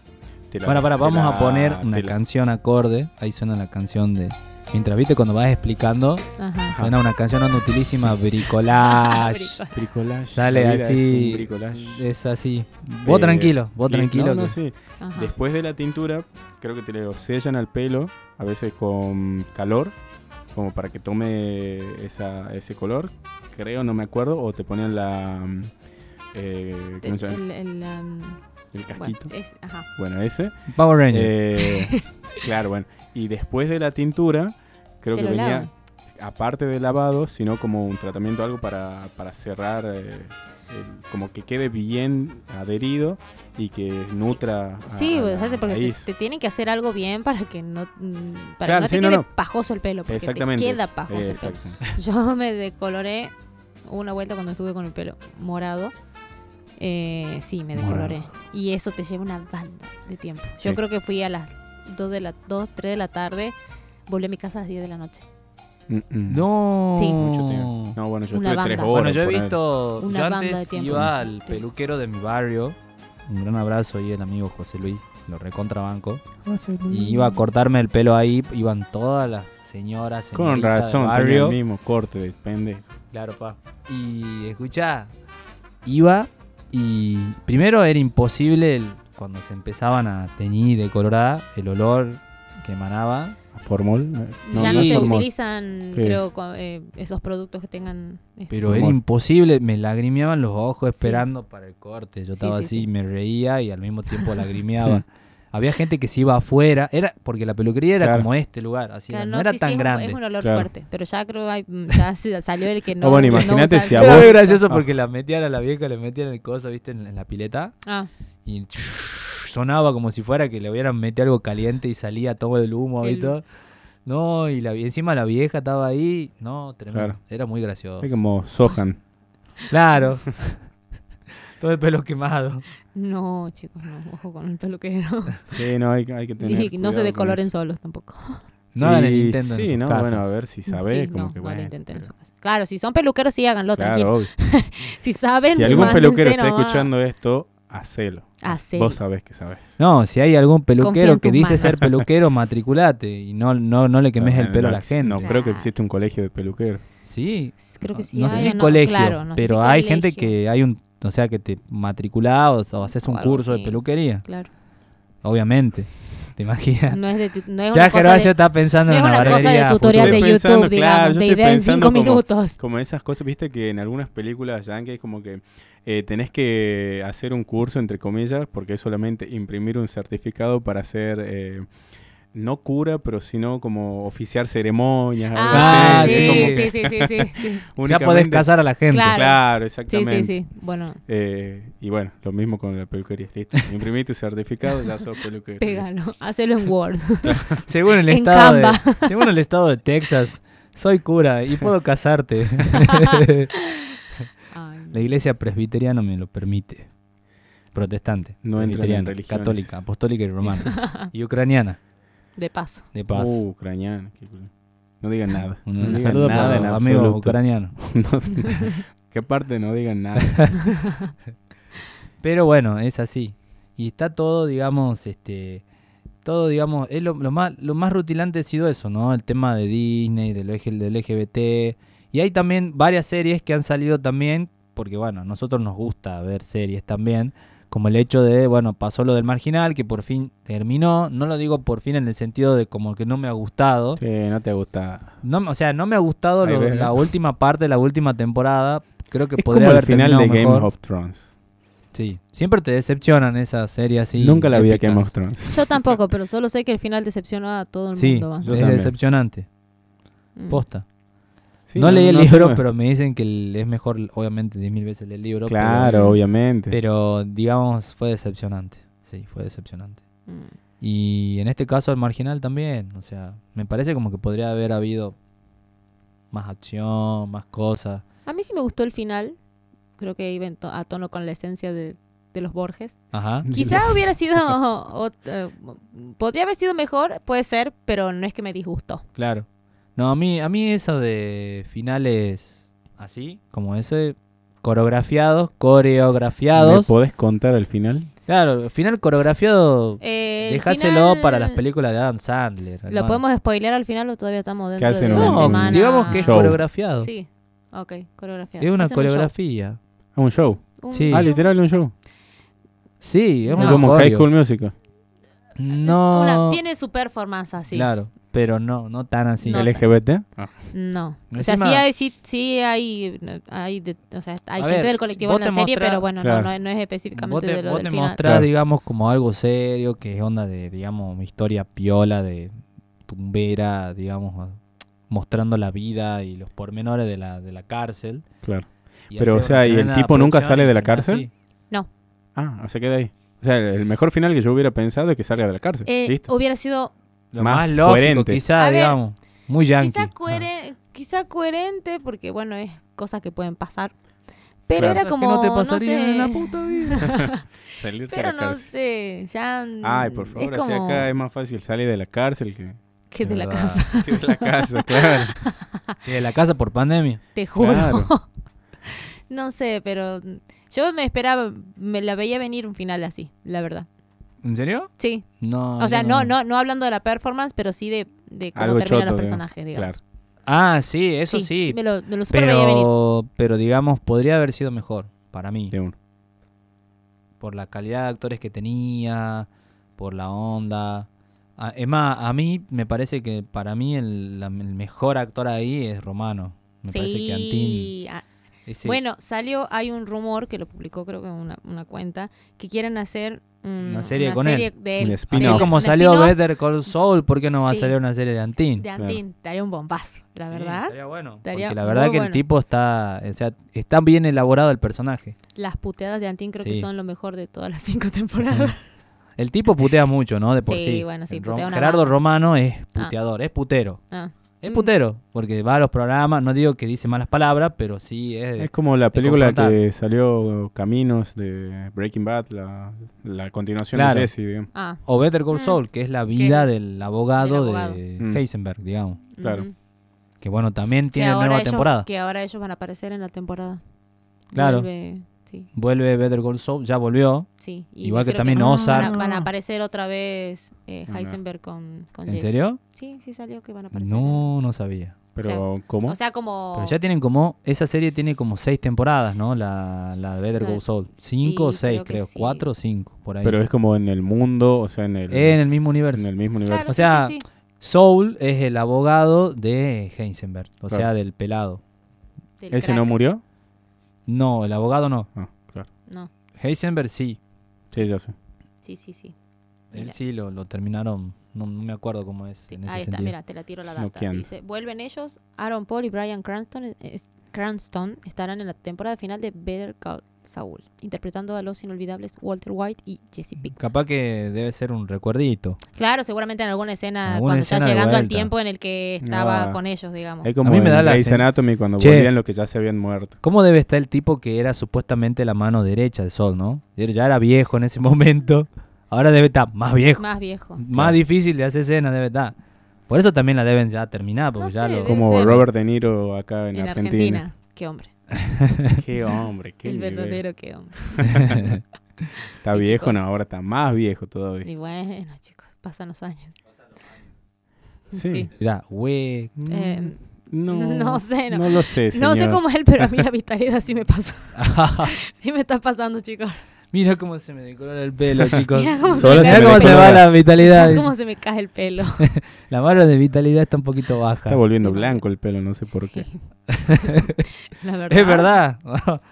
A: te la-
B: Bueno, para,
A: te
B: vamos
A: la-
B: a poner
A: te
B: una
A: la-
B: canción acorde. Ahí suena la canción de. Mientras viste, cuando vas explicando,
C: Ajá.
B: suena una canción utilísima, bricolage.
C: Abrigo.
A: Bricolage.
B: Sale
A: la vida
B: así.
A: es un bricolage.
B: Es así. Vos
A: Eh,
B: tranquilo, vos
A: Y-
B: tranquilo.
A: no, no,
B: que-
A: sí.
C: Ajá.
A: Después de la tintura, creo que te lo sellan al pelo, a veces con calor, como para que tome esa, ese color. Creo, no me acuerdo, o te ponen la. mm, eh,
C: Te-
A: ¿cómo se llama?
C: el- el, um,
A: El
C: bueno,
A: casquito. Ah,
C: es- ajá.
A: Bueno, ese.
B: Power Ranger.
A: Eh, claro, bueno. Y después de la tintura, creo
C: Te
A: que
C: lo
A: venía,
C: lavan.
A: aparte de lavado, sino como un tratamiento, algo para, para cerrar, eh, el- como que quede bien adherido y que nutra. a-
C: Sí,
A: a
C: vos
A: la
C: sabés, porque te,
A: raíz.
C: te tienen que hacer algo bien para que no, mm, para
A: Claro,
C: que no
A: sí,
C: te
A: no,
C: quede
A: no.
C: pajoso el pelo, porque
A: Exactamente.
C: te queda
A: es-
C: pajoso el pelo.
A: exacto.
C: Yo me decoloré una vuelta cuando estuve con el pelo morado. Eh, sí, me
A: Morado.
C: decoloré. Y eso te lleva una banda de tiempo. Yo
A: Sí.
C: creo que fui a las 2, de la, 2, 3 de la tarde. Volví a mi casa a las 10 de la noche.
A: Mm, mm.
B: No.
C: Sí.
A: Mucho tiempo. No, bueno, yo estuve
C: Una banda.
A: tres horas.
B: Bueno, yo he
A: por ahí.
B: visto.
C: Una
B: yo
C: banda de
B: antes
C: tiempo.
B: iba al peluquero de mi barrio. Un gran abrazo ahí el amigo José Luis, lo recontrabanco.
A: Ah,
C: Mm.
B: Y iba a cortarme el pelo ahí, iban todas las señoras.
A: Con
B: señoritas del
A: razón, tenía
B: barrio.
A: el mismo corte de pendejo.
B: Claro, pa. Y escuchá, iba y primero era imposible el- cuando se empezaban a teñir de colorada, el olor que emanaba.
A: A Formol. eh,
B: No,
C: ya
B: no
C: no
B: es
C: se
A: formol.
C: utilizan,
A: Sí.
C: creo, cua- eh, esos productos que tengan. eh,
B: Pero
A: Amor.
B: era imposible, me lagrimeaban los ojos
C: Sí.
B: esperando para el corte. Yo
C: Sí,
B: estaba
C: sí,
B: así,
C: sí.
B: me reía y al mismo tiempo lagrimeaba. Había gente que se iba afuera, era porque la peluquería era
A: Claro.
B: como este lugar, así
C: claro,
B: no, era
C: sí, sí,
B: tan
C: es un-
B: grande.
C: Es un olor
A: Claro.
C: fuerte. Pero ya creo que ya se- salió el que no.
A: Ah, bueno,
C: que no
A: imagínate
C: usa el
A: si a
B: Era
A: vos-
B: muy
C: producto.
B: gracioso porque la metían a la vieja, le metían el coso, viste, en- en la pileta.
C: Ah,
B: y sonaba como si fuera que le hubieran metido algo caliente y salía todo el humo y
C: El-
B: todo. No, y la, y encima la vieja estaba ahí. No, tremendo.
A: Claro.
B: Era muy gracioso.
A: Es como Sohan.
B: Claro. todo el pelo quemado.
C: no, chicos, no. Ojo con el peluquero.
A: Sí, no, hay, hay que tener.
C: Y no
A: cuidado
C: se
A: con
C: decoloren
A: eso.
C: solos tampoco.
B: No hagan el
A: Y
B: intento.
A: Sí,
B: en sus
A: no,
B: casas.
A: bueno, a ver si sabés.
C: Sí,
A: como
C: no,
A: que
C: no
A: bueno,
C: lo intenten en
A: pero-
C: su casa. Claro, si son peluqueros, sí háganlo,
A: Claro,
C: tranquilo.
A: obvio.
C: Si saben,
A: Si algún
C: mándense
A: peluquero está
C: nomás.
A: escuchando esto, hacelo.
C: Hacelo.
A: Vos sabés que sabés.
B: No, si hay algún
C: Confía
B: peluquero
C: en
B: que
C: tus
B: dice
C: manos.
B: ser peluquero, matriculate y no, no, no le quemes
A: No,
B: el
A: no,
B: pelo a
A: no
B: la
A: ex-
B: gente.
A: No, creo que existe un colegio de peluqueros.
B: Sí,
C: Creo que sí
B: no sé
C: hay
B: si
C: o no,
B: colegio,
C: claro, no sé
B: pero
C: si
B: hay
C: colegio.
B: gente que hay un, o sea, que te matriculás o- o, haces
C: O
B: un
C: algo
B: curso de
C: así.
B: peluquería,
C: Claro.
B: obviamente. ¿Te imaginas?
C: No es, de, tu- no es
B: ya
C: una cosa
B: Gervasio
C: de,
B: está pensando
C: no es
B: en una,
C: una cosa de
B: barbería.
C: tutorial de
A: Estoy
C: YouTube,
A: pensando,
C: digamos,
A: claro, yo
C: de
A: estoy
C: idea en
A: pensando
C: cinco
A: como-
C: minutos.
A: Como esas cosas, viste que en algunas películas yankees como que eh, tenés que hacer un curso, entre comillas, porque es solamente imprimir un certificado para hacer... eh, no cura, pero sino como oficiar ceremonias. algo
C: Ah,
A: así,
C: sí,
A: como
C: sí,
A: que
C: sí, sí, sí, sí.
B: Ya
A: únicamente-
B: podés casar a la gente.
C: Claro.
A: Claro,
C: Sí,
A: exactamente.
C: sí, sí. Bueno,
A: Eh, y bueno, lo mismo con la peluquería. Listo, imprimí tu certificado, ya sos peluquero.
C: pégalo. Hacelo en Word.
B: Según el
C: En
B: estado de, según el estado de Texas, soy cura y puedo casarte.
C: Ay, no.
B: la iglesia presbiteriana me lo permite. Protestante,
A: No entran en
B: presbiteriana,
A: religiones.
B: católica, apostólica y romana y ucraniana,
C: De paso.
B: de paso.
A: Uh, ucraniano. qué cool. No digan nada.
B: Un,
A: no
B: un
A: digan
B: saludo
A: nada
B: para los
A: en
B: amigos
A: absoluto.
B: ucranianos.
A: No, Que aparte no digan nada.
B: Pero bueno, es así. Y está todo, digamos, este. Todo, digamos, es lo, lo más, lo más rutilante ha sido eso, ¿no? El tema de Disney, del, LG del LGBT. Y hay también varias series que han salido también, porque bueno, a nosotros nos gusta ver series también. Como el hecho de, bueno, pasó lo del marginal, que por fin terminó. No lo digo por fin en el sentido de como que no me ha gustado.
A: Sí, no te gusta.
B: No, me- o sea, no me ha gustado
A: Ahí
B: lo-
A: ves, ¿no?
B: la última parte de la última temporada. Creo que
A: Es
B: podría
A: como el
B: haber
A: final de
B: terminado
A: Game
B: mejor.
A: of Thrones.
B: Sí, siempre te decepcionan esas series así.
A: Nunca la vi a
B: épicas.
A: Game of Thrones.
C: Yo tampoco, pero solo sé que el final decepcionó a todo el
B: Sí,
C: mundo. más
A: yo
C: o
B: es
A: también.
B: decepcionante.
C: menos. Mm.
B: Posta.
A: Sí,
B: no, leí el
A: tengo-
B: libro, pero me dicen que el- es mejor, obviamente, 10.000 veces el libro. pero-
A: Claro, obviamente.
B: Pero, digamos, fue decepcionante. Sí, fue decepcionante.
C: Mm.
B: Y en este caso, el marginal también. O sea, me parece como que podría haber habido más acción, más cosas.
C: A mí sí me gustó el final. Creo que iba en to- a tono con la esencia de, de los Borges.
B: Ajá.
A: Mm.
C: Quizá hubiera sido. ot- eh, podría haber sido mejor, puede ser, pero no es que me disgustó.
B: Claro. No, a mí, a mí eso de finales así, como ese, coreografiados,
A: ¿Me
B: coreografiados.
A: podés contar al final?
B: Claro, final coreografiado,
C: Eh, el
B: dejáselo
C: final-
B: para las películas de Adam Sandler.
C: ¿Lo
B: hermano.
C: podemos spoilear al final o todavía estamos dentro
A: hacen
C: de
A: un-
C: una
B: No,
C: semana?
B: digamos que es
A: Show.
B: coreografiado.
C: Sí, ok, coreografía.
B: Es una
C: Hacen un
B: coreografía.
A: Ah, un show.
C: show. Un
B: Sí.
A: Ah,
C: show.
A: literal, un show.
B: Sí, es
C: No.
B: una
A: Como High
B: coreo.
A: School Musical.
C: Es
B: No,
C: una- tiene su performance así.
B: claro, pero no, no Ah. tan así.
C: No.
A: LGBT.
C: No. O sea, sí
B: Encima-
C: hay, sí, sí hay, hay de- o sea, hay
B: A
C: gente
B: ver,
C: del colectivo
B: vos
C: en la
B: te
C: serie,
B: mostrás-
C: pero bueno, no-
A: Claro.
C: no, es- no es
B: Vos
C: específicamente
B: te,
C: de lo
B: vos
C: del
B: te
C: final.
B: mostrás,
A: Claro.
B: digamos, como algo serio, que es onda de, digamos, historia piola, de tumbera, digamos, mostrando la vida y los pormenores de la, de la cárcel.
A: Claro.
B: Y
A: Pero,
B: hacer
A: o sea,
B: una
A: ¿y el
B: tremenda
A: tipo nunca
B: producción
A: sale
B: y
A: de la
B: termina
A: cárcel?
B: así.
A: Ah, se queda ahí. O sea, el- el mejor final que yo hubiera pensado es que salga de la cárcel.
C: Eh,
A: Listo.
C: hubiera sido
B: Lo
A: Más
B: más, lógico,
A: coherente.
B: quizá,
C: A ver,
B: digamos. Muy yankee.
C: quizá,
B: Ah.
C: cohere- quizá coherente, porque bueno, es cosas que pueden pasar. Pero
A: Claro.
C: era
B: Cosas que
C: como.
B: no te pasarían
C: sé,
B: en la puta vida.
A: Salir
C: Pero no sé, ya. mm,
A: Ay, por favor,
C: es
A: así
C: como
A: acá es más fácil salir de la cárcel que,
C: que de la
B: Es verdad.
C: casa,
A: que de la casa, claro.
B: Y de la casa por pandemia.
C: te
A: Claro.
C: juro. No sé, pero yo me esperaba, me la veía venir un final así, la verdad.
B: ¿En serio?
C: Sí,
B: No.
C: o sea,
B: yo
C: no, no, no hablando de la performance, pero sí de, de cómo
A: Algo
C: terminan
A: choto,
C: los
A: digamos.
C: personajes, digamos.
A: Claro.
B: Ah, sí, eso sí.
C: me lo, me lo super veía venir.
B: pero, pero, digamos, podría haber sido mejor para mí.
A: De uno.
B: por la calidad de actores que tenía, por la onda. A- Es más, a mí me parece que para mí el, la- el mejor actor ahí es Romano. Me parece que Antín.
C: Sí, ah,
B: ese-
C: Bueno, salió, hay un rumor que lo publicó creo que una, una cuenta, que quieren hacer un-
B: Una serie con
C: de
A: Un
C: él.
A: spin-off.
B: así
A: no,
B: como
C: un
B: salió
C: spin-off
B: Better Call Saul, ¿por qué no va a
C: Sí.
B: salir una serie de Antín?
C: de
A: Claro.
C: Antín, daría un bombazo, la
B: Sí,
C: verdad.
B: estaría bueno.
C: Estaría
B: Porque la verdad
C: muy
B: que el
C: bueno.
B: tipo está, o sea, está bien elaborado el personaje.
C: Las puteadas de Antín creo que
B: Sí.
C: son lo mejor de todas las cinco temporadas.
B: El tipo putea mucho, ¿no? De por
C: Sí,
B: sí.
C: bueno, sí,
B: El
C: putea
B: Ron-
C: una
B: Gerardo
C: banda.
B: Romano es
C: Ah.
B: puteador, es putero.
C: Ah.
B: Es
C: Mm.
B: putero, porque va a los programas, no digo que dice malas palabras, pero sí es... de-
A: Es como la película que
B: confrontar.
A: salió Caminos de Breaking Bad, la, la continuación
B: Claro.
A: de Jesse, digamos.
C: Ah,
B: O Better Call
C: Mm.
B: Saul, que es la vida del abogado,
C: Del abogado.
B: de
A: Mm.
B: Heisenberg, digamos.
A: Claro.
C: ujú.
B: Que bueno, también
C: Que
B: tiene
C: ahora
B: nueva
C: ellos-
B: temporada.
C: Que ahora ellos van a aparecer en la temporada.
B: Claro.
C: Vuelve- sí,
B: Vuelve Better Call Saul, ya volvió.
C: sí. Y
B: Igual que
C: creo
B: también
C: van a-
B: Ozark.
C: Van a, van a aparecer otra vez eh,
A: Ah, no.
C: Heisenberg con, con
B: ¿En
C: Jesse.
B: serio?
C: Sí, sí salió que van a aparecer.
B: No, no sabía.
A: Pero, ¿cómo?
C: O sea, como...
B: Pero ya tienen como, esa serie tiene como seis temporadas, ¿no? La, la de Better
C: La-
B: Call Saul. Cinco o
C: sí,
B: seis,
C: creo que
B: creo.
C: sí.
B: Cuatro o cinco, por ahí.
A: Pero es como en el mundo, o sea, en el,
B: en el mismo universo.
A: en el mismo universo.
C: Claro, sí,
B: o sea,
C: sí, sí.
B: Soul es el abogado de Heisenberg, o sea,
A: Claro.
B: del pelado.
C: Del
A: ¿Ese no
C: crack.
A: murió?
B: No, el abogado no.
A: Ah, claro.
C: No,
B: Heisenberg sí.
A: Sí, ya sé.
C: sí, sí, sí. Mira.
B: Él sí lo, lo terminaron. No, no me acuerdo cómo es.
C: Sí,
B: en ese
C: Ahí está,
B: sentido.
C: mira, te la tiro la data.
A: Noqueando.
C: Dice, vuelven ellos, Aaron Paul y Brian Cranston, eh, es- Cranston estarán en la temporada final de Better Call Saul, interpretando a los inolvidables Walter White y Jesse Pick.
B: Capaz que debe ser un recuerdito.
C: Claro, seguramente en alguna escena,
B: Alguna
C: cuando
B: escena
C: está
B: de
C: llegando al
B: vuelta.
C: tiempo en el que estaba
A: Ah.
C: con ellos, digamos.
A: Es como
B: A mí me
A: en
B: da la
A: Grey's
B: sen-
A: Anatomy cuando
B: Che.
A: volvían los que ya se habían muerto.
B: ¿Cómo debe estar el tipo que era supuestamente la mano derecha de Sol, no? Él Ya era viejo en ese momento. Ahora debe estar más viejo. Más,
C: Más viejo.
B: difícil de hacer escena debe estar. Por eso también la deben ya terminar, porque
C: No
B: ya
C: sé, ¿eh?
B: lo-
C: debe
A: Como
C: ser.
A: Robert De Niro acá en,
C: en
A: Argentina.
C: Argentina. Qué hombre.
A: Qué hombre, qué
C: el
A: nivel.
C: verdadero que hombre.
A: Está
C: Sí,
A: viejo,
C: chicos.
A: no, ahora está más viejo todavía.
C: Y bueno, chicos, pasan los años.
A: Sí. Mm,
B: Mirá, güey.
C: Eh,
A: No,
C: no sé, no.
A: no lo sé,
C: no sé
A: Este señor.
C: cómo es él, pero a mí la vitalidad sí me pasó. sí me está pasando, chicos.
B: Mira cómo se me decolora el pelo, chicos.
C: Mira cómo,
A: Solo
C: se, me
B: Mirá
A: me
B: cómo se
A: decolora.
B: va la vitalidad.
C: cae- cómo se me cae el pelo.
B: La mano de vitalidad está un poquito baja.
A: Está volviendo blanco el pelo, no sé por qué.
C: Sí. la verdad.
B: Es verdad.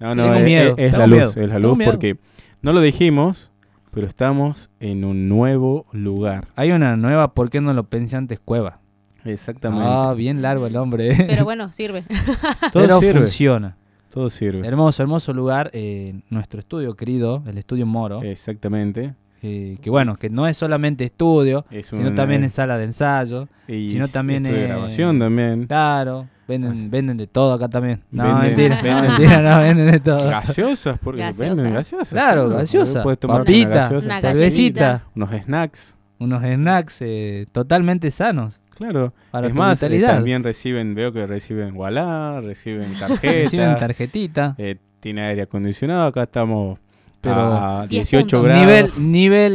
A: No,
B: Tengo
A: no, es,
B: miedo,
A: es- es
B: tengo
A: la luz,
B: miedo,
A: es la
B: tengo
A: luz
B: miedo.
A: porque no lo dijimos, pero estamos en un nuevo lugar.
B: Hay una nueva, ¿por qué no lo pensé antes? Cueva.
A: Exactamente.
B: Ah, bien largo el hombre. eh.
C: Pero bueno, sirve.
A: todo
B: Pero
A: sirve,
B: funciona.
A: todo sirve.
B: Hermoso, hermoso lugar. eh, nuestro estudio querido, el estudio Moro.
A: Exactamente.
B: eh, que bueno, que no es solamente estudio,
A: Es
B: sino
A: un- eh,
B: también es sala de ensayo.
A: y
B: sino
A: es-
B: también,
A: estudio de
B: eh,
A: grabación también.
B: Claro,
A: Así.
B: venden, venden de todo acá también. No,
A: Venden-
B: mentira,
A: venden-
B: mentira, no venden de todo.
A: Gaseosas, porque
C: Gaseosas.
A: venden gaseosas.
B: Claro,
A: seguro.
B: gaseosa,
A: Puedes tomar una
B: papita,
A: gaseosa,
C: Una
B: cervecita,
A: unos snacks.
B: unos snacks eh, totalmente sanos
A: Claro.
B: para
A: es
B: tu
A: más, eh,
B: vitalidad.
A: también reciben, veo que reciben Wallah, reciben tarjetas.
B: Reciben tarjetita.
A: eh, tiene aire acondicionado, acá estamos
B: Pero
A: a
C: 10
A: 18
C: puntos.
A: grados.
B: Nivel,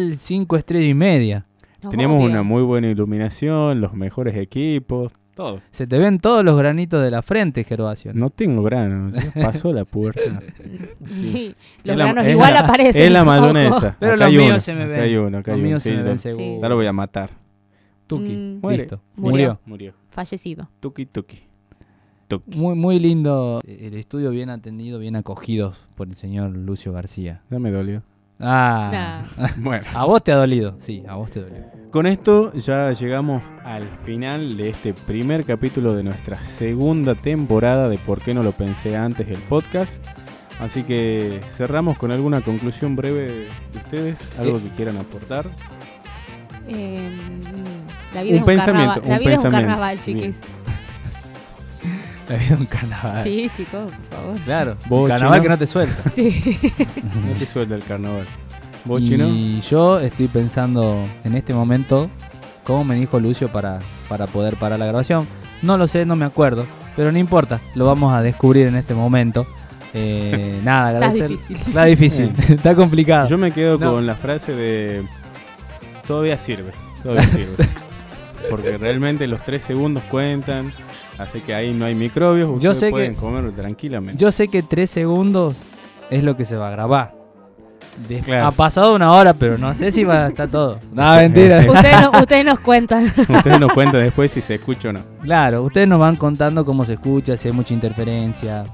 B: nivel 5 estrellas y media.
A: Tenemos
C: Obvio.
A: una muy buena iluminación, los mejores equipos, todo.
B: Se te ven todos los granitos de la frente, Gervasio.
A: No tengo granos, ya pasó la puerta.
C: Y Los
A: Es la-
C: granos
A: es
C: igual
A: la-
C: aparecen.
A: Es la
C: ojo.
A: mayonesa.
B: Pero
A: acá
B: los
A: hay
B: míos
A: uno,
B: se me
A: acá
B: ven.
A: hay uno, acá
B: Los
A: hay uno,
B: míos se
A: sí,
B: me
A: lo-
B: ven
C: sí.
B: seguro.
A: Ya lo voy a matar.
B: Tuki.
C: Mm.
A: Muere.
B: Listo. Ah,
C: Murió.
A: Murió.
C: Fallecido.
A: Tuki, tuki.
B: Muy, muy lindo el estudio, bien atendido, bien acogidos por el señor Lucio García.
A: Ya me dolió.
B: Ah.
A: Bueno.
B: A vos te ha dolido, sí, a vos te dolió.
A: Con esto ya llegamos al final de este primer capítulo de nuestra segunda temporada de Por qué no lo pensé antes el podcast. Así que cerramos con alguna conclusión breve de ustedes,
B: Eh,
A: algo que quieran aportar.
C: Nah. Eh, mm, la vida
A: Un
C: es un
A: pensamiento,
C: carnaval.
A: un
C: La vida es un
A: pensamiento.
C: carnaval, chiquis.
B: La vida es un
A: Ah.
B: carnaval.
C: Sí, chicos, por favor.
B: Claro.
A: ¿Vos,
B: un carnaval
A: Chino?
B: que no te suelta.
C: Sí.
A: No te suelta el carnaval. ¿Vos, Chino?
B: y yo estoy pensando en este momento cómo me dijo Lucio para, para poder parar la grabación. No lo sé, no me acuerdo, pero no importa, lo vamos a descubrir en este momento. Eh, nada,
C: Está
B: agradecer.
C: difícil.
B: Está difícil, está complicado.
A: Yo me quedo
B: No.
A: con la frase de todavía sirve, todavía sirve. Porque realmente los tres segundos cuentan, así que ahí no hay microbios,
B: Yo
A: ustedes
B: sé que-
A: pueden comer tranquilamente.
B: Yo sé que tres segundos es lo que se va a grabar. Des-
A: Claro.
B: Ha pasado una hora, pero no sé si va a estar todo. No, mentira.
C: Ustedes, no- ustedes nos cuentan.
A: Ustedes nos cuentan después si se escucha o no.
B: Claro, ustedes nos van contando cómo se escucha, si hay mucha interferencia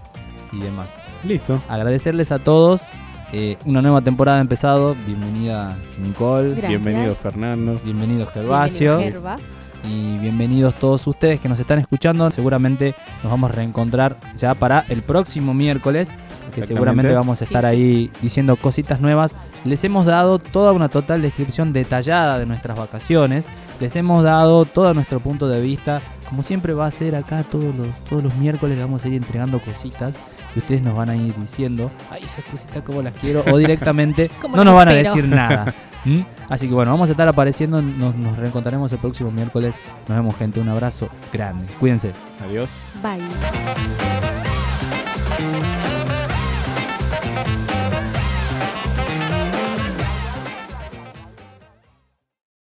B: y demás.
A: Listo.
B: Agradecerles a todos. eh, una nueva temporada ha empezado. Bienvenida Nicole.
C: Gracias.
A: Bienvenido Fernando.
B: Bienvenido Gervasio.
C: Bienvenido, Gerba.
B: Y bienvenidos todos ustedes que nos están escuchando. Seguramente nos vamos a reencontrar ya para el próximo miércoles. Que
A: Exactamente.
B: seguramente vamos a
C: Sí,
B: estar
C: sí.
B: ahí diciendo cositas nuevas. Les hemos dado toda una total descripción detallada de nuestras vacaciones. Les hemos dado todo nuestro punto de vista. Como siempre va a ser acá todos los, todos los miércoles, les vamos a ir entregando cositas. Y ustedes nos van a ir diciendo, ay, esas cositas como las quiero. O directamente
C: Como
B: no
C: las
B: nos van a
C: espero.
B: decir nada. ¿Mm? Así que bueno, vamos a estar apareciendo. Nos, nos reencontraremos el próximo miércoles. Nos vemos, gente. Un abrazo grande. Cuídense.
A: Adiós.
C: Bye.